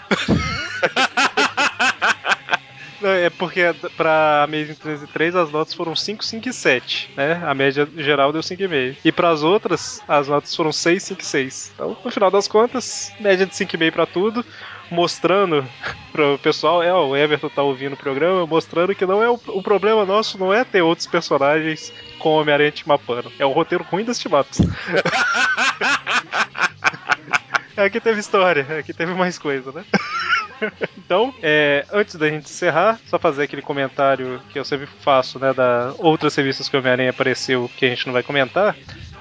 A: É porque pra Amazing 303 as notas foram 5, 5 e 7, né? A média geral deu 5,5. E pras outras, as notas foram 6, 5 e 6. Então, no final das contas, média de 5,5 pra tudo. Mostrando pro pessoal, é, ó, o Everton tá ouvindo o programa, mostrando que não é o, o problema nosso não é ter outros personagens com o Homem-Aranha te mapando. É o roteiro ruim das timaps. aqui teve história, aqui teve mais coisa, né? Então, é, antes da gente encerrar, só fazer aquele comentário que eu sempre faço, né? Da outras revistas que o Homem-Aranha apareceu que a gente não vai comentar.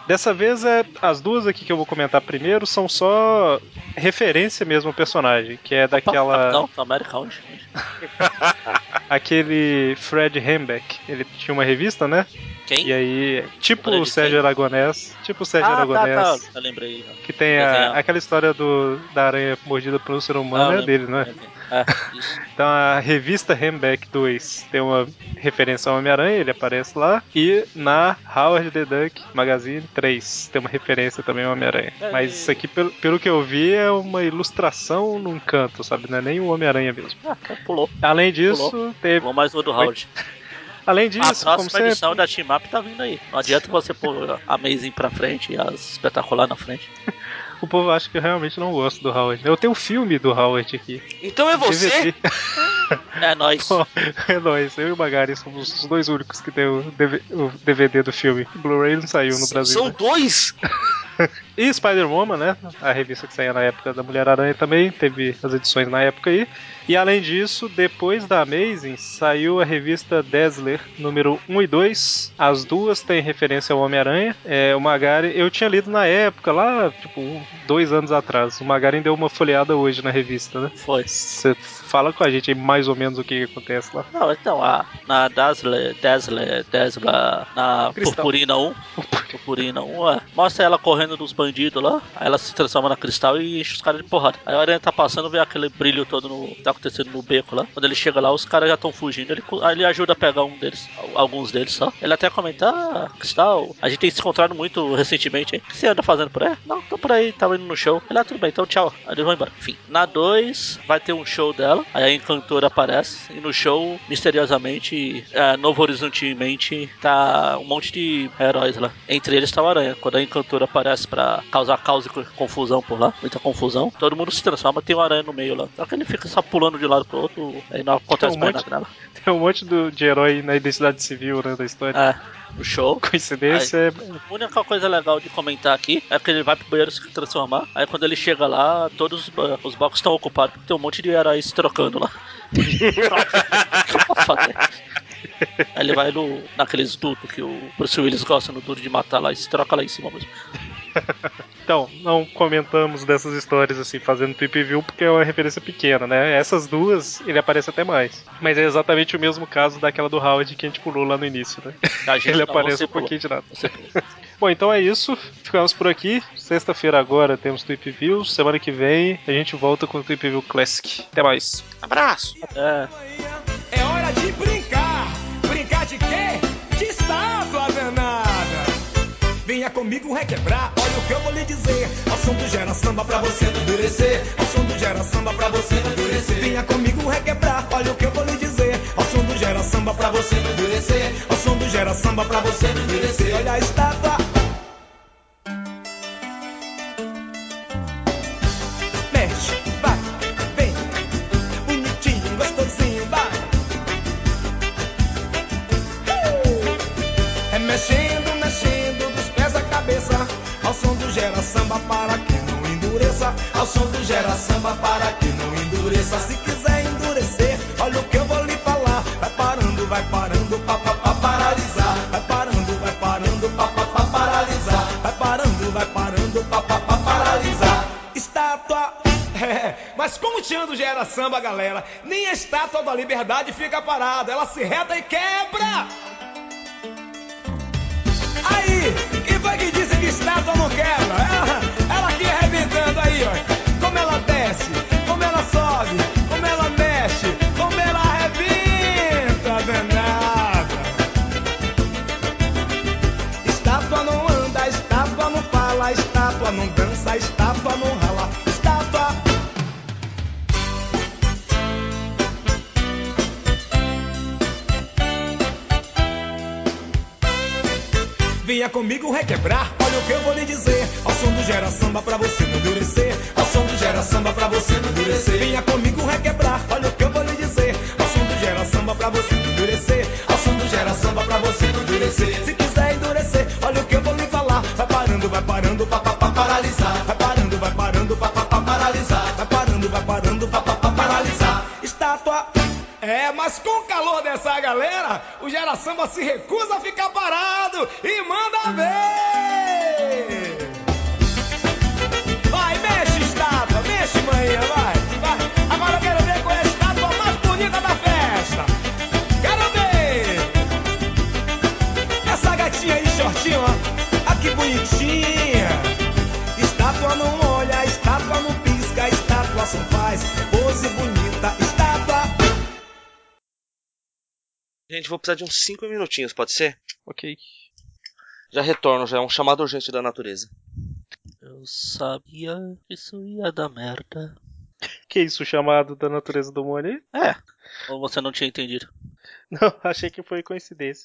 A: Dessa vez, é, as duas aqui que eu vou comentar primeiro são só referência mesmo ao personagem, que é daquela.
C: Não, tá América hoje.
A: aquele Fred Hembeck. Ele tinha uma revista, né?
C: Quem?
A: E aí, tipo
C: Lembrei
A: o
C: de
A: Sérgio
C: quem?
A: Aragonés, tipo o Sérgio
C: ah, tá,
A: Aragonés,
C: tá, eu lembrei.
A: que tem a-
C: Desenhado.
A: aquela história do, da aranha mordida por um ser
C: Ah, eu
A: humano, é
C: lembro,
A: dele, né?
C: lembrei. É, isso.
A: Então a revista Hemback 2 tem uma referência ao Homem-Aranha, ele aparece lá. E na Howard the Duck Magazine 3 tem uma referência também ao Homem-Aranha.
C: É,
A: Mas
C: e-
A: isso aqui, pelo, pelo que eu vi, é uma ilustração num canto, sabe? Não é nem o Homem-Aranha mesmo.
C: Ah, tá, pulou.
A: Além disso, teve.
C: Pulou mais uma do Howard.
A: Além
C: A
A: disso, como
C: próxima é
A: sempre.
C: edição da Team Up tá vindo aí. Não adianta você pôr a Amazing pra frente e as espetacular na frente.
A: O povo acha que eu realmente não gosto do Howard. Eu tenho o filme do Howard aqui.
D: Então é você?
A: DVD.
C: É nóis.
A: Pô, é nóis. Eu e o Magari somos os dois únicos que tem o DV o DVD do filme. Blu-ray não saiu no Brasil.
D: São
A: né?
D: dois?
A: E Spider-Woman, né? A revista que saía na época da Mulher-Aranha também, teve as edições na época aí. E além disso, depois da Amazing, saiu a revista Dazzler, número 1 e 2. As duas têm referência ao Homem-Aranha. É, o Magari, eu tinha lido na época, lá, tipo, um, dois anos atrás. O Magari deu uma folheada hoje na revista, né?
C: Foi.
A: Você fala com a gente aí mais ou menos o que que acontece lá.
C: Não, então, a, na Dazzler, Dazzler, Dazzler, na
A: Cristal.
C: Purpurina 1, Purpurina 1, é, mostra ela correndo dos bandidos lá, aí ela se transforma na Cristal e enche os caras de porrada. Aí a Aranha tá passando, vê aquele brilho todo no, tá acontecendo no beco lá. Quando ele chega lá, os caras já estão fugindo, ele, cu- aí ele ajuda a pegar um deles, al- alguns deles só. Ele até comenta, ah, Cristal, a gente tem se encontrado muito recentemente, hein? O que você anda fazendo por aí? Não, tô por aí, tava indo no show. Ele, ah, tudo bem, então tchau. Aí eles vão embora. Enfim, na 2 vai ter um show dela, aí a encantora aparece, e no show, misteriosamente, é, Novo Horizontemente, tá um monte de heróis lá. Entre eles tá o Aranha. Quando a encantora aparece pra causar caos e co- confusão por lá, muita confusão, todo mundo se transforma, tem o Aranha no meio lá. Só que ele fica só pulando de um lado pro outro, aí não acontece
A: Tem um
C: mais
A: monte-
C: nada nela.
A: Tem um monte do- de herói na identidade civil, né, da história.
C: É, no show.
A: Coincidência é
C: A única coisa legal de comentar aqui é que ele vai pro banheiro se transformar. Aí quando ele chega lá, todos os, ba- os blocos estão ocupados porque tem um monte de heróis trocando lá. Que foda, né? Aí ele vai no, naqueles dutos que o Bruce Willis gosta no duro de matar lá e se troca lá em cima mesmo.
A: Então, não comentamos dessas histórias assim, fazendo trip view, porque é uma referência pequena, né? Essas duas, ele aparece até mais. Mas é exatamente o mesmo caso daquela do Howard que a gente pulou lá no início, né?
C: A gente
A: Ele
C: não,
A: aparece
C: então, você
A: um pouquinho de nada.
C: pulou. Você pulou.
A: Bom, então é isso. Ficamos por aqui. Sexta-feira agora temos Trip View. Semana que vem a gente volta com o Trip View Classic. Até mais.
D: Abraço.
C: É.
E: É hora de brincar. Brincar de quê? De estátua danada. Venha comigo requebrar, olha o que eu vou lhe dizer. Ao som do gera samba pra você não endurecer. Ao som do gera samba pra você não endurecer. Venha comigo requebrar, olha o que eu vou lhe dizer. Ao som do gera samba pra você não endurecer. Ao som do gera samba pra você não endurecer. Olha a estátua. Mexe, vai, vem, bonitinho, gostosinho, vai. É mexendo, mexendo dos pés à cabeça Ao som do gera samba para que não endureça Ao som do gera samba para que não endureça Se quiser endurecer, olha o que eu vou lhe falar Vai parando, vai parando, pa, pa, pa, paralisar Vai parando, vai parando, pa, pa, pa, paralisar Vai parando, vai parando, pa, pa, pa, paralisar Estátua é, mas como o Tiando gera samba, galera, nem a estátua da liberdade fica parada, ela se reta e quebra! Aí, quem foi que disse que estátua não quebra? Ela, ela aqui arrebentando aí, ó. Como ela desce, como ela sobe, como ela mexe, como ela arrebenta, danada. Estátua não anda, estátua não fala, estátua não dança, estátua não rala, estátua. vier comigo requebrar, olha o que eu vou lhe dizer. Ao som do gera samba pra você não endurecer. Ao som do gera samba pra você não endurecer. Venha comigo requebrar, olha o que eu vou lhe dizer. Ao som do gera samba pra você não endurecer. Ao som do gera samba pra você não endurecer. Se quiser endurecer, olha o que eu vou lhe falar. Vai parando, vai parando, pa, pa, pa, paralisar. Vai parando, vai parando, pa, pa, pa, paralisar. Vai parando, vai parando, pa, pa, pa, paralisar. Estátua. É, mas com o calor dessa galera, o Gera Samba se recusa a ficar parado e manda ver! Vai, mexe, estátua, mexe, manhã, vai, vai. Agora eu quero ver qual é a estátua mais bonita da festa. Quero ver! Essa gatinha aí, shortinho, ó. Ah, que bonitinha! Estátua não olha, estátua não pisca, estátua só faz pose bonita, estátua.
D: Gente, vou precisar de uns 5 minutinhos, pode ser?
A: Ok.
D: Já retorno, já é um chamado urgente da natureza.
C: Eu sabia que isso ia dar merda.
A: Que isso, chamado da natureza do Mônio?
C: É. Ou você não tinha entendido?
A: Não, achei que foi coincidência.